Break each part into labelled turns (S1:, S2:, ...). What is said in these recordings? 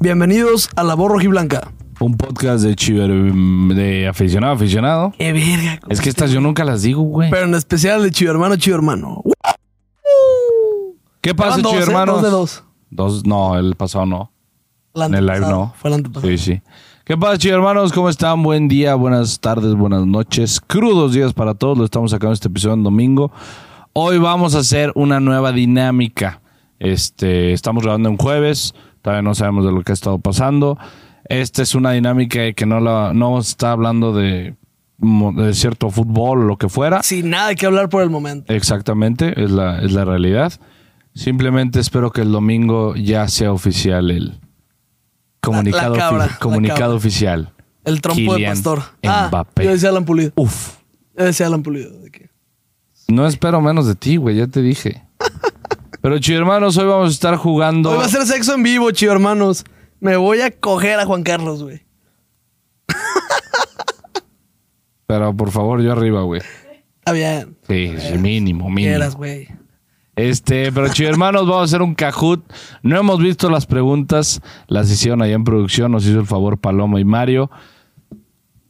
S1: Bienvenidos a La Voz Rojiblanca.
S2: Un podcast de chiver, de aficionado a aficionado.
S1: ¡Qué verga!
S2: Es que estas yo nunca las digo, güey.
S1: Pero en especial de Chivo Hermano, Chivo Hermano.
S2: ¿Qué pasa,
S1: Estaban dos,
S2: chiver,
S1: ¿eh?
S2: hermanos?
S1: Dos de dos.
S2: Dos- no, el pasado no.
S1: El
S2: En el live
S1: antepasado.
S2: no.
S1: Fue el antepasado.
S2: Sí, sí. ¿Qué pasa, chido hermanos? ¿Cómo están? Buen día, buenas tardes, buenas noches. Crudos días para todos. Lo estamos sacando este episodio en domingo. Hoy vamos a hacer una nueva dinámica. Este, estamos grabando en jueves. Todavía no sabemos de lo que ha estado pasando. Esta es una dinámica que no la, no está hablando de, mo- de cierto fútbol o lo que fuera.
S1: Ah, Sin nada que hablar por el momento.
S2: Exactamente, es la, es la realidad. Simplemente espero que el domingo ya sea oficial el comunicado,
S1: la cabra,
S2: ofi-
S1: la
S2: comunicado
S1: cabra.
S2: oficial.
S1: El trompo de
S2: Kylian
S1: pastor.
S2: Mbappé.
S1: Ah, yo decía Alan Pulido.
S2: Uf,
S1: Yo decía Alan Pulido. de que-
S2: no espero menos de ti, güey, ya te dije. Pero chido hermanos, hoy vamos a estar jugando.
S1: Hoy va a ser sexo en vivo, Chivo Hermanos. Me voy a coger a Juan Carlos, güey.
S2: Pero por favor, yo arriba, güey.
S1: Está bien.
S2: Sí, sí, mínimo, mínimo.
S1: Quieras, güey.
S2: Este, pero chido hermanos, vamos a hacer un cajut. No hemos visto las preguntas, las hicieron allá en producción, nos hizo el favor Paloma y Mario.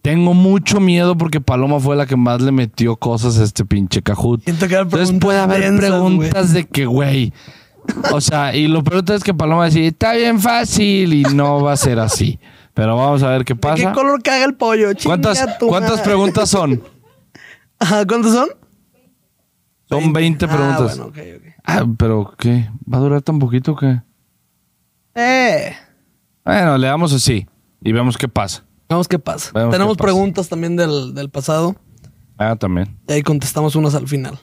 S2: Tengo mucho miedo porque Paloma fue la que más le metió cosas a este pinche cajut.
S1: Siento que va a haber
S2: Entonces
S1: preguntas
S2: puede haber
S1: densas,
S2: preguntas de que, güey. O sea, y lo peor de todo es que Paloma va a decir, está bien fácil y no va a ser así. Pero vamos a ver qué
S1: ¿De
S2: pasa.
S1: qué color caga el pollo? Chinga
S2: ¿Cuántas,
S1: tu
S2: cuántas
S1: madre.
S2: preguntas son?
S1: Ajá, ¿Cuántas son?
S2: Son 20
S1: Ah,
S2: preguntas.
S1: bueno, ok, ok.
S2: Ah, pero ¿qué? ¿Va a durar tan poquito que...?
S1: Eh.
S2: Bueno, le damos así y vemos qué pasa.
S1: Vamos qué pasa.
S2: Veamos
S1: Tenemos
S2: qué pasa.
S1: preguntas también del, del pasado.
S2: Ah, también.
S1: Y ahí contestamos unas al final.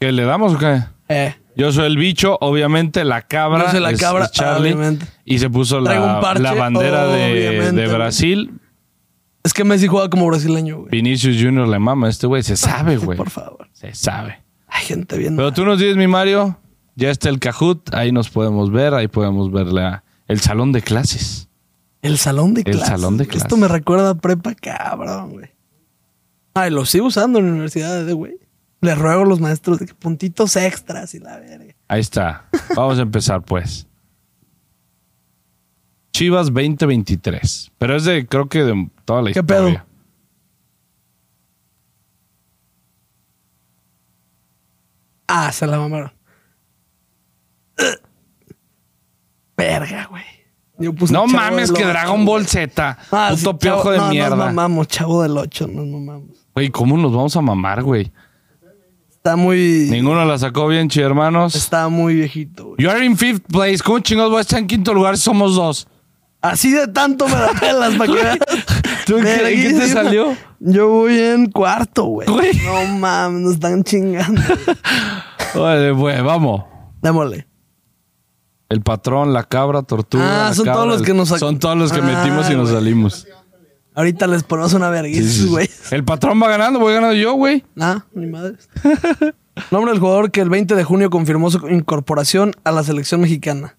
S2: ¿Qué le damos o qué?
S1: Eh,
S2: Yo soy el bicho, obviamente, la cabra.
S1: Yo soy la
S2: es-
S1: cabra,
S2: es Charlie.
S1: obviamente.
S2: Y se puso
S1: Traigo
S2: la,
S1: un parche,
S2: la bandera de,
S1: obviamente.
S2: de Brasil.
S1: es que Messi juega como brasileño, güey.
S2: Vinicius Junior le mama a este güey. Se sabe, güey.
S1: Por favor.
S2: Se sabe.
S1: Hay gente viendo.
S2: Pero tú nos dices, mi Mario, ya está el Cajut. Ahí nos podemos ver. Ahí podemos ver la- el salón de clases.
S1: El salón de
S2: El
S1: clases.
S2: salón de
S1: güey. Esto
S2: clases.
S1: me recuerda a prepa, cabrón, güey. Ay, lo sigo usando en la universidad, eh, güey. Le ruego a los maestros de que puntitos extras y la verga.
S2: Ahí está. Vamos a empezar, pues. Chivas 2023. Pero es de, creo que de toda la
S1: ¿Qué
S2: historia.
S1: pedo? Ah, se la mamaron. Ugh. Verga, güey. Yo puse
S2: No
S1: Chavo
S2: mames,
S1: del
S2: que
S1: Ocho,
S2: Dragon Ball Z.
S1: Ah,
S2: puto
S1: sí,
S2: piojo
S1: Chavo-
S2: de
S1: no,
S2: mierda.
S1: Nos mamamos, chavo del 8, nos mamamos.
S2: Güey, ¿cómo nos vamos a mamar, güey?
S1: Está muy.
S2: Ninguno la sacó bien, chi hermanos.
S1: Está muy viejito, güey.
S2: You are in fifth place. ¿Cómo chingados voy a estar en quinto lugar si somos dos?
S1: Así de tanto me la pelas para que veas.
S2: ¿Tú en qué- en qué te
S1: Verguísima.
S2: salió?
S1: Yo voy en cuarto, güey.
S2: Güey.
S1: No mames, nos están chingando.
S2: Órale, güey, vamos.
S1: Démosle.
S2: El patrón, la cabra, tortuga.
S1: Ah,
S2: la
S1: son
S2: cabra,
S1: todos los
S2: el-
S1: que nos sac-
S2: Son todos los que
S1: Ah,
S2: metimos y nos
S1: güey.
S2: salimos.
S1: Ahorita les ponemos una
S2: Sí, sí, sí.
S1: vergüenza, güey.
S2: El patrón va ganando, voy ganando yo, güey.
S1: Nah, ni madres. Nombre del jugador que el 20 de junio confirmó su incorporación a la selección mexicana.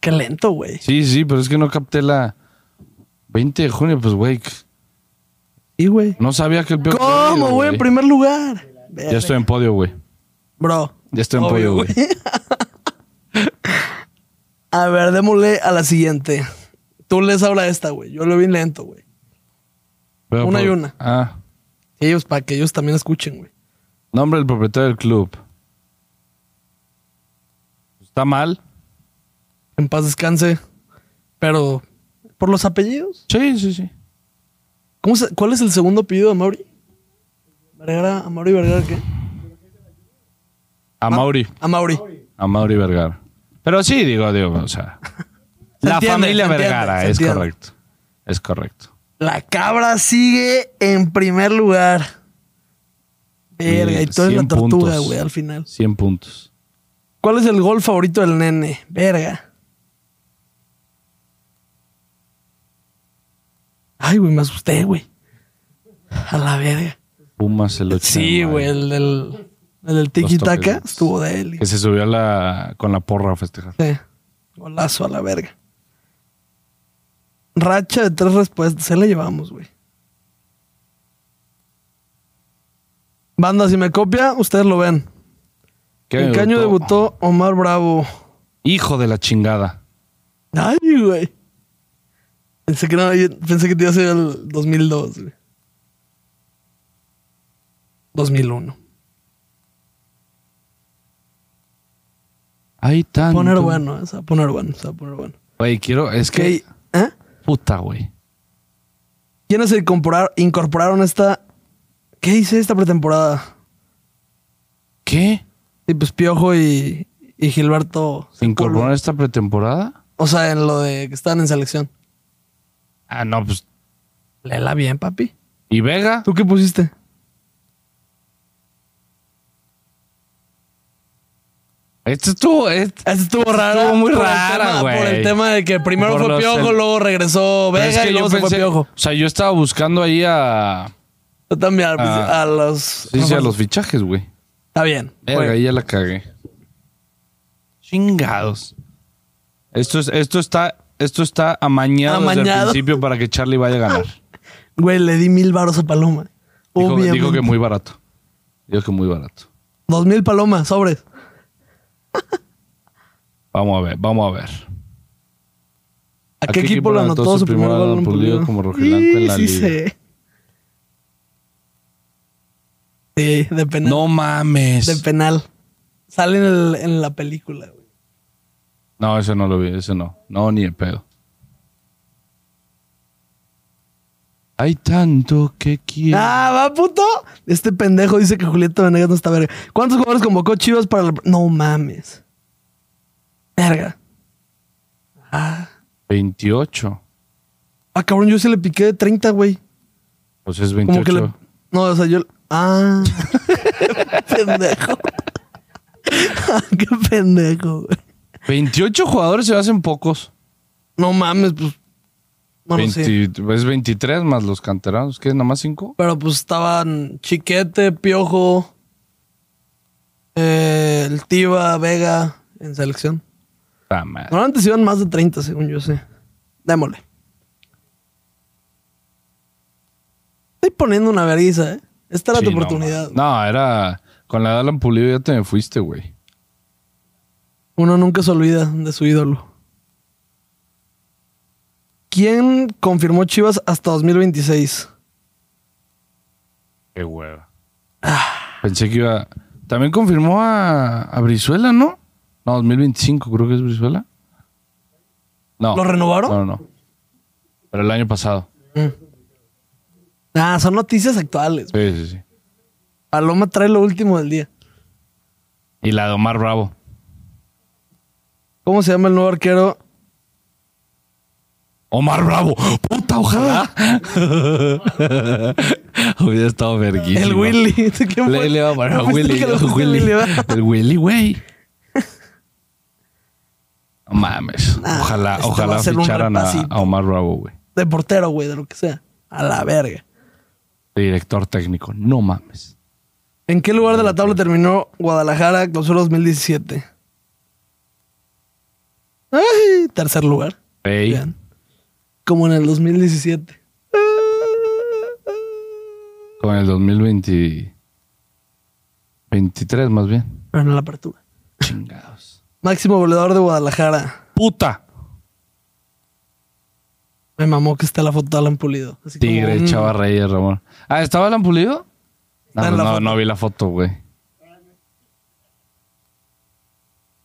S1: Qué lento, güey.
S2: Sí, sí, pero es que no capté la 20 de junio, pues, güey.
S1: Sí, güey.
S2: No sabía que el peor.
S1: ¿Cómo, güey? En primer lugar.
S2: Ya estoy en podio, güey.
S1: Bro.
S2: Ya estoy en
S1: Obvio,
S2: podio, güey.
S1: A ver, démosle a la siguiente. Tú lees ahora esta, güey. Yo lo vi lento, güey.
S2: Pero
S1: Una y
S2: por-
S1: una.
S2: Ah.
S1: Ellos, para que ellos también escuchen, güey.
S2: Nombre del propietario del club. Está mal.
S1: En paz descanse. Pero, ¿por los apellidos?
S2: Sí, sí, sí.
S1: ¿Cómo se- ¿Cuál es el segundo apellido de Mauri? Vergara, Amauri Vergara, ¿qué? Ah,
S2: A Mauri.
S1: Amauri.
S2: A Mauri Vergara. Pero sí, digo, digo, o sea.
S1: Se
S2: la
S1: entiende,
S2: familia
S1: se entiende,
S2: Vergara,
S1: se
S2: es
S1: entiende.
S2: correcto. Es correcto.
S1: La cabra sigue en primer lugar. Verga, y tú eres la
S2: 100
S1: tortuga,
S2: puntos.
S1: güey, al final.
S2: 100 puntos.
S1: ¿Cuál es el gol favorito del nene? Verga. Ay, güey, me asusté, güey. A la verga.
S2: Pumas el 8
S1: Sí, güey, el del, el del tiki taka
S2: toques.
S1: estuvo de él.
S2: Que se subió a la, con la porra a festejar.
S1: Sí. Golazo a la verga. Racha de tres respuestas. Se la llevamos, güey. Banda, si me copia, ustedes lo ven.
S2: Kevin
S1: en qué año
S2: Debutó.
S1: debutó Omar Bravo?
S2: Hijo de la chingada.
S1: Ay, güey. Pensé que, no, yo pensé que te iba a ser el 2002, güey. 2001.
S2: Ay, tanto.
S1: Poner bueno, eh, se va a poner bueno, se va a poner bueno.
S2: Güey, quiero. Es que.
S1: ¿Qué? ¿Eh?
S2: Puta, güey.
S1: ¿Quiénes incorporar- incorporaron esta. ¿Qué hice esta pretemporada?
S2: ¿Qué?
S1: Y pues Piojo y, y Gilberto.
S2: ¿Se incorporaron esta pretemporada?
S1: O sea, en lo de que estaban en selección.
S2: Ah, no, pues.
S1: Lela bien, papi.
S2: ¿Y Vega?
S1: ¿Tú qué pusiste?
S2: Este estuvo. Este...
S1: Esta estuvo rara.
S2: Estuvo muy
S1: por el
S2: rara,
S1: tema- Por
S2: güey.
S1: el tema de que primero
S2: Por
S1: fue
S2: los-
S1: Piojo,
S2: el-
S1: luego regresó
S2: Pero
S1: Vega
S2: es que
S1: y luego
S2: yo
S1: se fue
S2: pensé-
S1: Piojo.
S2: O sea, yo estaba buscando ahí a.
S1: Yo también pues,
S2: Ah.
S1: a los.
S2: Sí, sí, a los fichajes, güey.
S1: Está bien.
S2: Verga,
S1: güey.
S2: ahí ya la cagué. Chingados. Esto, es, esto, está, esto está amañado, desde el
S1: Amañado.
S2: principio para que Charlie vaya a ganar.
S1: Güey, le di mil baros a Paloma.
S2: Dijo,
S1: Obviamente.
S2: dijo que muy barato. Dijo que muy barato.
S1: Dos mil palomas, sobres.
S2: Vamos a ver, vamos a ver.
S1: ¿A, qué, equipo le anotó su primer gol en Pulido?
S2: como rojiblanco en la
S1: sí,
S2: liga?
S1: sé. Sí, de penal.
S2: No
S1: De
S2: mames.
S1: penal. Sale en, el- en la película, güey.
S2: No, ese no lo vi, ese no. No, ni de pedo. Hay tanto que quiero.
S1: Ah, va, puto. Este pendejo dice que Julieta Venegas no está verga. ¿Cuántos jugadores convocó Chivas para la... No mames. Verga. Ah,
S2: 28.
S1: ah, cabrón, yo se le piqué de 30, güey.
S2: Pues es
S1: Como que
S2: 28.
S1: le... No, o sea, yo... Ah. pendejo. Ah, Qué pendejo, güey.
S2: 28 jugadores se hacen pocos.
S1: No mames, pues... Bueno, sí.
S2: 20 Es 23 más los canteranos. ¿Qué es? ¿Nada más 5?
S1: Pero pues estaban Chiquete, Piojo, eh, el Tiva, Vega en selección.
S2: Ah,
S1: Normalmente se iban más de 30, según yo sé. Démosle. Estoy poniendo una vergüenza, ¿eh? Esta era tu oportunidad.
S2: No, era. Con la de Alan Pulido ya te me fuiste, güey.
S1: Uno nunca se olvida de su ídolo. ¿Quién confirmó Chivas hasta 2026?
S2: Qué hueva.
S1: Ah.
S2: Pensé que iba. También confirmó a, a Brizuela, ¿no? No, 2025, creo que es Brizuela. No.
S1: ¿Lo renovaron?
S2: No, no. Pero el año pasado.
S1: Mm. Ah, son noticias actuales.
S2: Sí, sí, sí.
S1: Paloma trae lo último del día.
S2: Y la de Omar Bravo.
S1: ¿Cómo se llama el nuevo arquero?
S2: Omar Bravo. Puta, ojalá. Hubiera estado verguísimo.
S1: El Willy. ¿Quién fue?
S2: Le, le va a poner a
S1: ¿No fuiste
S2: Willy.
S1: que le
S2: a
S1: pusiste
S2: Willy.
S1: Willy, verdad?
S2: El Willy, güey. No mames.
S1: Nah,
S2: ojalá,
S1: este va
S2: ojalá
S1: a ser un
S2: ficharan a,
S1: repasito.
S2: a Omar Bravo, güey.
S1: De portero, güey, de lo que sea. A la verga.
S2: Director técnico. No mames.
S1: ¿En qué lugar de la tabla terminó Guadalajara clausura 2017? Ay, tercer lugar.
S2: Ey,
S1: Bien. Como en el 2017.
S2: con el 2020. 23 más bien.
S1: Pero en la apertura.
S2: Chingados.
S1: Máximo goleador de Guadalajara.
S2: Puta.
S1: Me mamó que está la foto de Alan Pulido. Así como,
S2: Tigre,
S1: mm,
S2: Chava Reyes, Ramón. Ah, ¿estaba Alan Pulido? No,
S1: Está en la
S2: no,
S1: foto.
S2: no vi la foto, güey.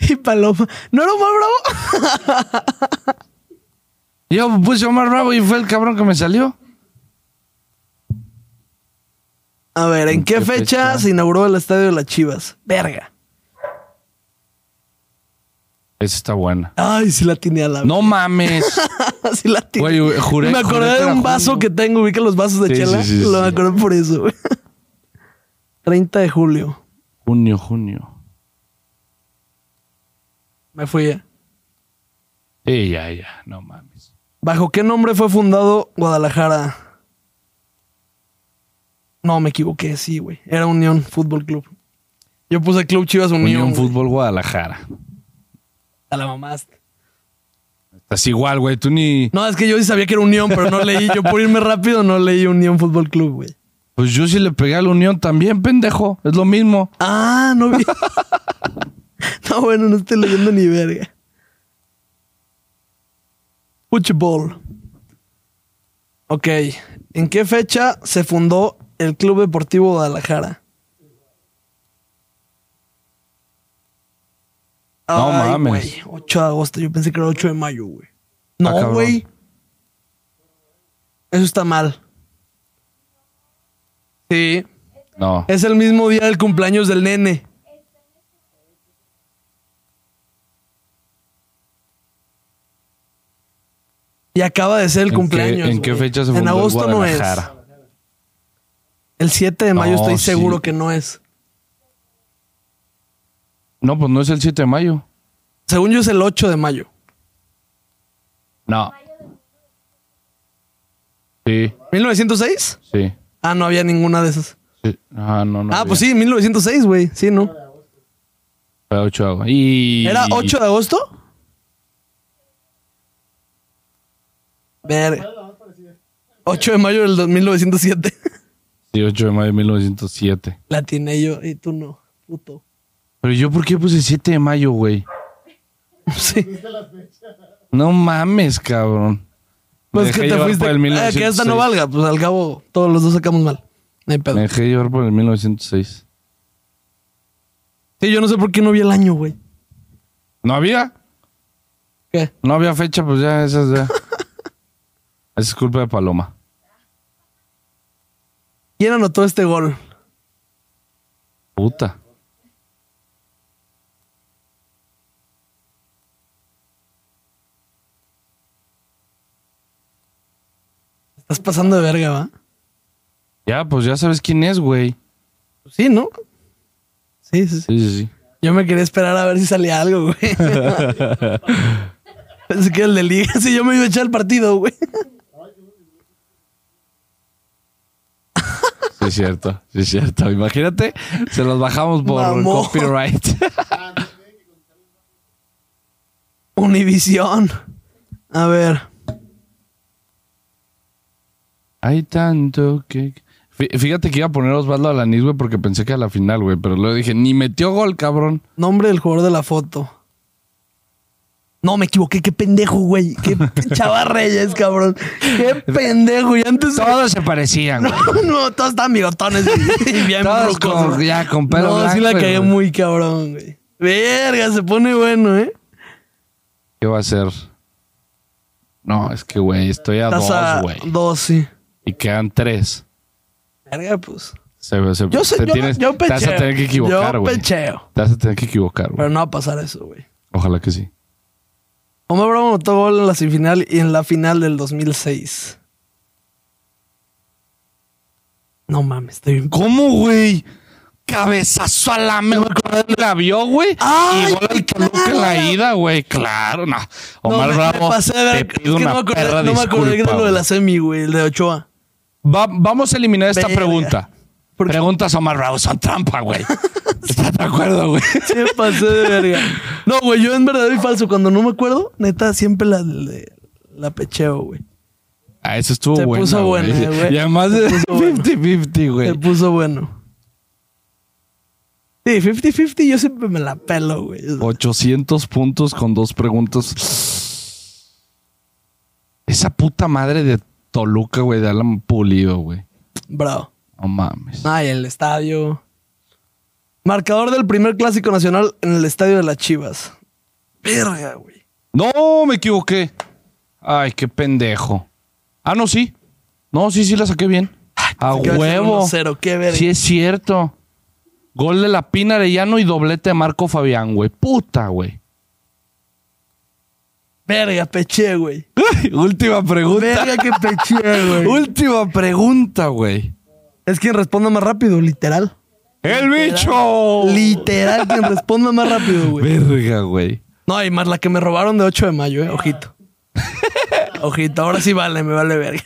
S1: Y Paloma. ¿No era más bravo?
S2: Yo puse Omar Bravo y fue el cabrón que me salió.
S1: A ver, ¿en,
S2: ¿En
S1: qué,
S2: qué
S1: fecha,
S2: fecha?
S1: se inauguró el estadio de las Chivas? Verga.
S2: Esa está buena.
S1: Ay, sí la tiene a la
S2: No mames.
S1: Así la tiene.
S2: Güey, güey, juré-
S1: me
S2: juré
S1: acordé
S2: que
S1: de
S2: era
S1: un vaso
S2: junio.
S1: que tengo, ubica los vasos de
S2: Sí,
S1: chela.
S2: sí, sí,
S1: Lo
S2: sí.
S1: me acordé por eso, güey. 30 de julio.
S2: junio, junio.
S1: Me fui ya.
S2: Sí, ya, ya. No mames.
S1: ¿Bajo qué nombre fue fundado Guadalajara? No, me equivoqué, sí, güey. Era Unión Fútbol Club. Yo puse Club Chivas Unión.
S2: Unión
S1: güey.
S2: Fútbol Guadalajara.
S1: A la mamaste.
S2: Estás igual, güey. Tú ni.
S1: No, es que yo sí sabía que era Unión, pero no leí. Yo por irme rápido no leí Unión Fútbol Club, güey.
S2: Pues yo sí le pegué a la Unión también, pendejo. Es lo mismo.
S1: Ah, no vi. no, bueno, no estoy leyendo ni verga. Fútbol. Ok. ¿En qué fecha se fundó el Club Deportivo Guadalajara?
S2: No
S1: Ay,
S2: mames.
S1: güey, 8 de agosto. Yo pensé que era 8 de mayo, güey. No,
S2: cabrón.
S1: güey. Eso está mal. Sí.
S2: No.
S1: Es el mismo día del cumpleaños del nene. Y acaba de ser el
S2: ¿En qué-
S1: cumpleaños.
S2: ¿En qué
S1: güey.
S2: fecha se fundó
S1: En
S2: el
S1: agosto no es.
S2: Guadalajara?
S1: El 7 de mayo
S2: No,
S1: estoy
S2: sí.
S1: seguro que no es.
S2: No, pues no es el 7 de mayo.
S1: Según yo es el 8 de mayo.
S2: No. Sí,
S1: ¿1906?
S2: sí.
S1: Ah, no había ninguna de esas.
S2: sí. Ah, no, no.
S1: ah,
S2: había.
S1: pues sí, 1906, güey. Sí, ¿no?
S2: Fue 8 de agosto. Y...
S1: ¿Era 8 de agosto? Ver. 8 de mayo del 1907.
S2: Sí, 8 de mayo de 1907.
S1: La tiene yo y tú no, puto.
S2: Pero yo, ¿por qué puse 7 de mayo, güey?
S1: Sí.
S2: No mames, cabrón. Me
S1: Pues
S2: dejé
S1: que te
S2: llevar
S1: fuiste.
S2: por el
S1: Ah, que esta no
S2: 1906.
S1: valga. Pues al cabo, todos los dos sacamos mal. No hay
S2: Me
S1: pedo.
S2: dejé llevar por el 1906.
S1: Sí, yo no sé por qué no vi el año, güey.
S2: ¿No había?
S1: ¿Qué?
S2: No había fecha, pues ya, esas ya. Esa es culpa de Paloma.
S1: ¿Quién anotó este gol?
S2: Puta.
S1: Estás pasando de verga, ¿va?
S2: Ya, pues ya sabes quién es, güey.
S1: Sí, ¿no? Sí, sí, sí.
S2: Sí, sí, sí.
S1: Yo me quería esperar a ver si salía algo, güey. Pensé que era el de liga. Sí, yo me iba a echar el partido, güey.
S2: Sí, es cierto. Sí, es cierto. Imagínate, se los bajamos por
S1: Mamón.
S2: copyright.
S1: Univisión. A ver.
S2: Hay tanto que. Fí- Fíjate que iba a poner a Osvaldo Alanis, güey, porque pensé que a la final, güey. Pero luego dije, ni metió gol, cabrón.
S1: Nombre del jugador de la foto. No, me equivoqué, qué pendejo, güey. Qué chava Reyes, cabrón. Qué pendejo. Y antes.
S2: Todos se parecían, güey.
S1: No, no, todos estaban bigotones y, y bien
S2: Todos
S1: rucos,
S2: con-
S1: güey.
S2: ya, con pelo
S1: No, sí la
S2: blanco y-
S1: cagué muy cabrón, güey. Verga, se pone bueno, ¿eh?
S2: ¿Qué va a hacer? No, es que, güey, estoy a
S1: Estás a
S2: dos, güey.
S1: dos, sí.
S2: Y quedan tres.
S1: Verga, pues.
S2: Se, se-
S1: Yo sé,
S2: te
S1: yo,
S2: tienes-
S1: yo
S2: Te
S1: pecheo.
S2: vas a tener que equivocar,
S1: Yo
S2: güey.
S1: pecheo.
S2: Te vas a tener que equivocar, güey.
S1: Pero no va a pasar eso, güey.
S2: Ojalá que sí.
S1: Omar Bravo anotó gol en la semifinal y en la final del 2006. No mames, estoy bien.
S2: ¿Cómo, güey? Cabezazo a la mejor. La vio, güey.
S1: ¡Ay,
S2: y gol al
S1: claro!
S2: Toluca en la ida, güey. Claro, no. Omar
S1: no, me-
S2: Bravo,
S1: me pasé de ver-
S2: te pido
S1: es que
S2: una
S1: no me acordé,
S2: perra
S1: no me acordé
S2: disculpa,
S1: de lo de
S2: güey.
S1: la semi, güey, el de Ochoa.
S2: Va- vamos a eliminar esta
S1: Verga.
S2: pregunta.
S1: ¿Por qué?
S2: Preguntas a Omar Bravo son trampa, güey. ¿Estás de acuerdo, güey?
S1: Sí, me pasé de verga. No, güey, yo en verdad y falso. Cuando no me acuerdo, neta, siempre la, la, la pecheo, güey.
S2: Ah, eso estuvo
S1: Se
S2: bueno.
S1: puso buena, güey.
S2: Y además
S1: Se
S2: de
S1: puso buena.
S2: 50-50, güey.
S1: Se puso bueno. Sí, 50-50 yo siempre me la pelo, güey.
S2: 800 puntos con dos preguntas. Esa puta madre de Toluca, güey, de Alan Pulido, güey.
S1: Bravo.
S2: No mames.
S1: Ay, el estadio. Marcador del primer clásico nacional en el estadio de las Chivas. Verga, güey.
S2: No, me equivoqué. Ay, qué pendejo. Ah, no, sí. No, sí, sí, la saqué bien. A
S1: se quedó
S2: huevo.
S1: 1-0, qué verga.
S2: Sí, es cierto. Gol de la Pina Arellano y doblete de Marco Fabián, güey. Puta, güey.
S1: Verga, peché, güey.
S2: Última pregunta.
S1: Verga, que peché, güey.
S2: Última pregunta, güey.
S1: Es quien responda más rápido, literal.
S2: ¡El bicho!
S1: Literal, quien responda más rápido, güey.
S2: Verga, güey.
S1: No, y más la que me robaron de 8 de mayo, eh. Ojito. Ojito, ahora sí vale, me vale verga.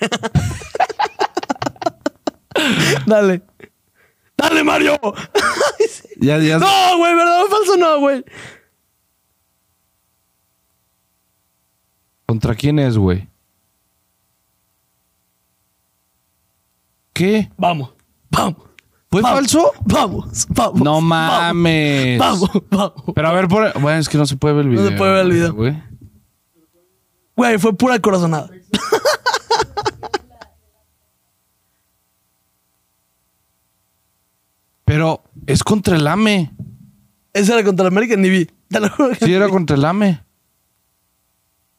S1: Dale. Dale, Mario. Ay, sí.
S2: Ya, ya.
S1: No, güey, verdad o falso, no, güey.
S2: ¿Contra quién es, güey? ¿Qué?
S1: Vamos. vamos.
S2: ¿Fue
S1: vamos,
S2: falso?
S1: Vamos, vamos.
S2: No
S1: vamos,
S2: mames.
S1: Vamos, vamos.
S2: Pero a ver, por... bueno, es que no se puede ver el
S1: No
S2: video.
S1: se puede ver el video.
S2: güey.
S1: Güey, fue pura corazonada.
S2: Pero es contra el AME.
S1: Ese era contra el América, ni vi. Te lo juro que-
S2: Sí, era contra el E. AME.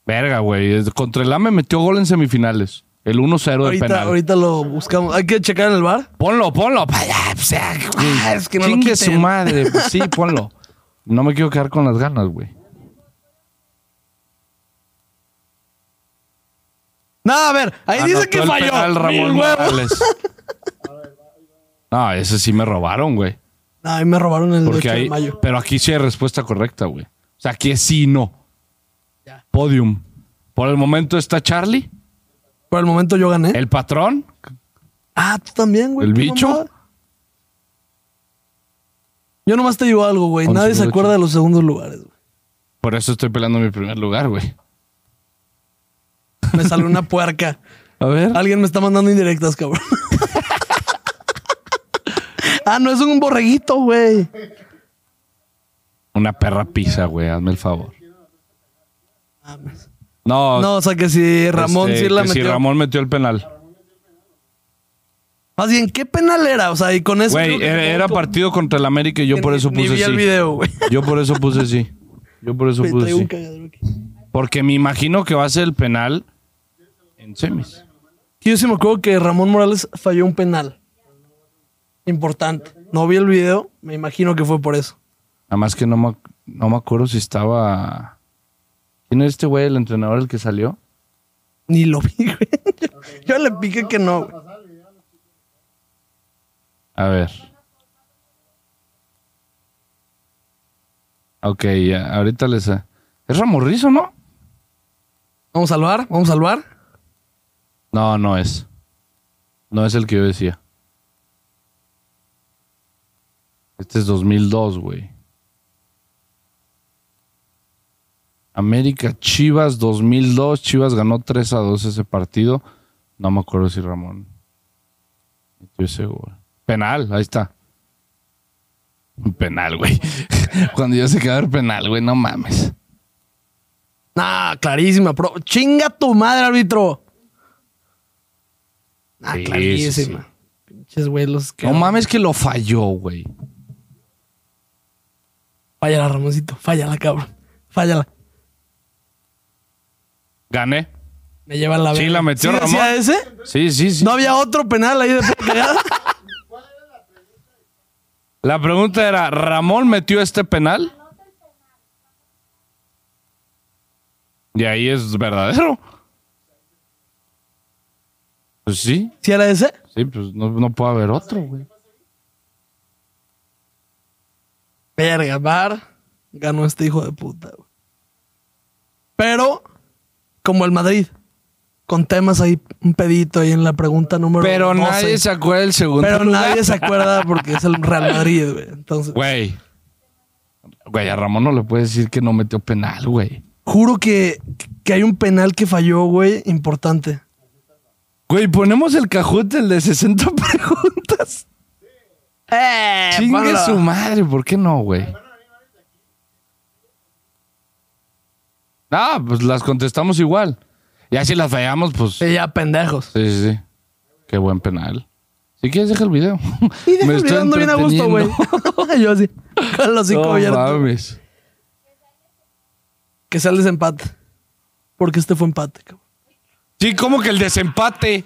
S2: Verga, güey. Es- Contra el AME metió gol en semifinales. El 1-0 de
S1: ahorita,
S2: penal.
S1: ahorita lo buscamos. Hay que checar en el bar.
S2: Ponlo, ponlo. Pa- ya, pues, ya, güey.
S1: Ah, es que no lo
S2: Chingue
S1: quiten.
S2: su madre. Pues sí, ponlo. No me quiero quedar con las ganas, güey.
S1: No, a ver, ahí dice
S2: Anotó
S1: que
S2: Ah, el
S1: falló.
S2: penal Ramón
S1: Mil huevos.
S2: Morales. No, ese sí me robaron, güey.
S1: No, ahí me robaron el 8
S2: Porque
S1: de
S2: ahí,
S1: mayo.
S2: pero aquí sí hay respuesta correcta, güey. O sea, aquí es sí y no. Podium. Por el momento está Charlie,
S1: Por el momento yo gané.
S2: el patrón,
S1: Ah, tú también, güey.
S2: el
S1: qué
S2: bicho.
S1: mamada. Yo nomás te digo algo, güey.
S2: Once
S1: Nadie se
S2: por ocho.
S1: acuerda de los segundos lugares, güey.
S2: Por eso estoy peleando mi primer lugar, güey.
S1: Me salió una puerca.
S2: A ver.
S1: Alguien me está mandando indirectas, cabrón. ah, no, es un borreguito, güey.
S2: Una perra pizza, güey. Hazme el favor.
S1: Mames.
S2: No,
S1: No, o sea que si Ramón
S2: Oh, este,
S1: sí la
S2: que
S1: metió.
S2: Si Ramón metió el penal.
S1: Más bien, ¿qué penal era? O sea, y con eso. creo
S2: Güey,
S1: que
S2: era,
S1: me
S2: era
S1: quedo con-
S2: partido contra el América y yo
S1: que
S2: por
S1: ni-
S2: eso
S1: ni
S2: puse
S1: vi el
S2: sí.
S1: video, güey.
S2: Yo por eso puse sí. Yo por eso
S1: Güey,
S2: puse
S1: traigo un
S2: sí.
S1: cagadero aquí.
S2: Porque me imagino que va a ser el penal en semis.
S1: Que Yo sí me acuerdo que Ramón Morales falló un penal. Importante. No vi el video, me imagino que fue por eso.
S2: Nada más que no me, ac- no me acuerdo si estaba. ¿Quién es este güey, el entrenador, el que salió?
S1: Ni lo vi, güey. Yo, yo le piqué que no, güey.
S2: A ver. Ok, ya, ahorita les. eh, Es Ramorrizo, ¿no?
S1: Vamos a salvar, vamos a salvar.
S2: No, no es. No es el que yo decía. Este es 2002, güey. América Chivas 2002. Chivas ganó 3 a 2 ese partido. No me acuerdo si Ramón. Estoy seguro. Penal, ahí está. Un Penal, güey. Cuando yo sé que va a haber penal, güey, no mames.
S1: Nah, clarísima, pro. Chinga tu madre, árbitro. Ah,
S2: Sí, sí,
S1: clarísima.
S2: sí.
S1: Pinches güey, los que.
S2: No mames que lo falló, güey.
S1: Fállala, Ramoncito. Fállala, cabrón. Fállala.
S2: Gané.
S1: Me lleva la
S2: Sí,
S1: verga.
S2: la metió
S1: ¿Sí
S2: Ramón.
S1: decía ese?
S2: Sí, sí, sí.
S1: No había otro penal ahí de pura cagada.
S2: La pregunta era, ¿Ramón metió este penal? Y ahí es verdadero. Pues sí,
S1: ¿Sí era ese?
S2: sí, pues no, no puede haber otro, güey.
S1: Verga, Bar ganó este hijo de puta, güey. Pero, como el Madrid, con temas ahí, un pedito ahí en la pregunta número
S2: Pero
S1: 12.
S2: nadie se acuerda del segundo
S1: Pero
S2: lugar.
S1: nadie se acuerda porque es el Real Madrid, güey. Entonces,
S2: Güey. Güey, a Ramón no le puede decir que no metió penal, güey.
S1: juro que, que hay un penal que falló, güey, importante.
S2: Güey, ponemos el cajut, el de 60 preguntas.
S1: ¡Eh!
S2: Chingue su madre, ¿por qué no, güey? Ah, pues las contestamos igual. Ya si las fallamos, pues. Sí,
S1: Sí, ya pendejos.
S2: sí, sí. Qué buen penal. Si quieres, deja el video.
S1: Y deja el video, ando bien a gusto, güey. Yo así, con los cinco
S2: entreteniendo. No
S1: abiertos.
S2: mames.
S1: Que sea el desempate. Porque este fue empate, cabrón.
S2: Sí, como que el desempate.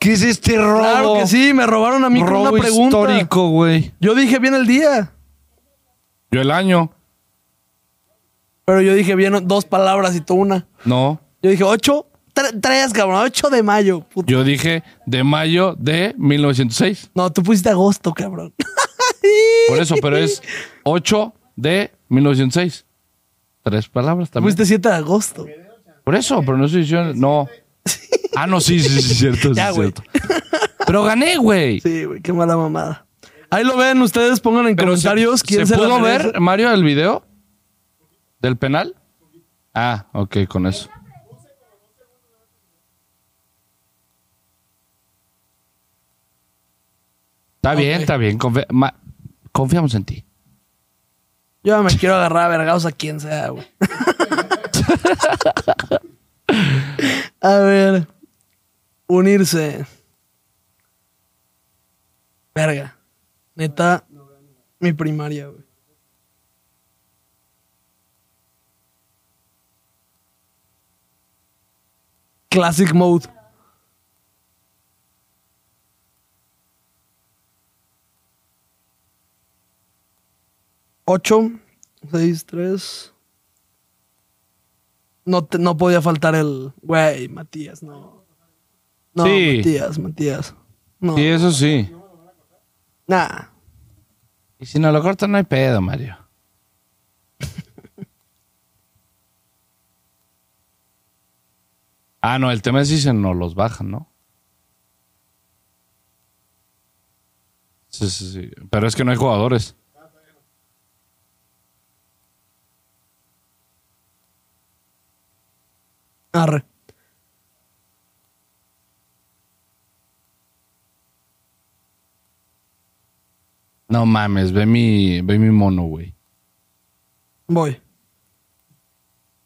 S2: ¿Qué es este robo?
S1: Claro que sí, me robaron a mí con
S2: Robo
S1: una pregunta.
S2: histórico, güey.
S1: Yo dije bien el día,
S2: Yo el año.
S1: pero yo dije bien dos palabras y tú una.
S2: No.
S1: Yo dije ocho, tre- tres, cabrón, ocho de mayo. puta.
S2: Yo dije de mayo de 1906.
S1: No, tú pusiste agosto, cabrón.
S2: Por eso, pero es 8 de 1906. Tres palabras
S1: Tú
S2: también.
S1: pusiste siete Pues de agosto.
S2: Por eso, pero no estoy diciendo. No. Ah, no, sí, sí, sí, cierto, sí,
S1: Ya, güey.
S2: cierto. Pero gané, güey.
S1: Sí, güey, qué mala mamada. Ahí lo ven, ustedes pongan en
S2: Pero se-
S1: comentarios quién
S2: ¿Se,
S1: se, la
S2: pudo
S1: merece.
S2: ver, Mario, el video del penal? Ah, ok, con eso. Está bien,
S1: Ok.
S2: está bien. confi- ma- confiamos en ti.
S1: Yo me quiero agarrar a vergados a quien sea, güey. a ver. Unirse. Verga. Neta, mi primaria, güey. Classic mode. Ocho, seis, tres. No, te- no podía faltar el. Güey, Matías, no. No,
S2: Sí.
S1: Matías, Matías. No.
S2: Sí, eso sí.
S1: Nah.
S2: Y si no lo cortan, no hay pedo, Mario. Ah, no, el tema es si se nos los bajan, ¿no? Sí, sí, sí. Pero es que no hay jugadores.
S1: Arre.
S2: No mames, ve mi, ve mi mono, güey.
S1: Voy.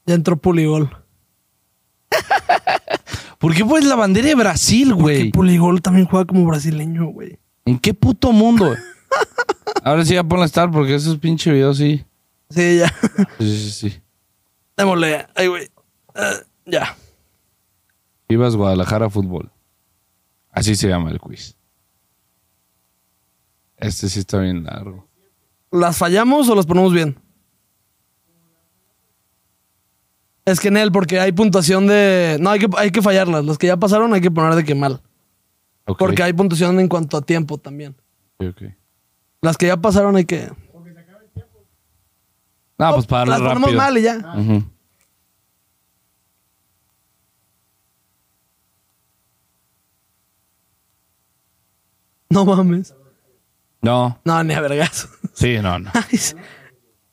S1: Ya entró Puligol.
S2: ¿Por qué pues la bandera de Brasil,
S1: Que
S2: güey?
S1: Puligol también juega como brasileño, güey.
S2: ¿En qué puto mundo? Ahora sí ya ponla a estar porque esos pinches videos sí.
S1: Sí, ya.
S2: Sí, sí, sí.
S1: Démosle. Ay, güey. Ah, ya.
S2: Vivas Guadalajara Fútbol. Así se llama el quiz. Este sí está bien largo.
S1: ¿Las fallamos o las ponemos bien? Es que en él, porque hay puntuación de. No, hay que, hay que fallarlas. Las que ya pasaron hay que poner de que mal.
S2: Ok,
S1: Porque hay puntuación en cuanto a tiempo también.
S2: ok, ok.
S1: Las que ya pasaron hay que.
S2: No, pues para
S1: las
S2: hablar
S1: ponemos
S2: rápido.
S1: mal y ya.
S2: Ujú.
S1: No mames.
S2: No,
S1: No, ni a vergas.
S2: sí, no, no.
S1: Ay, sí.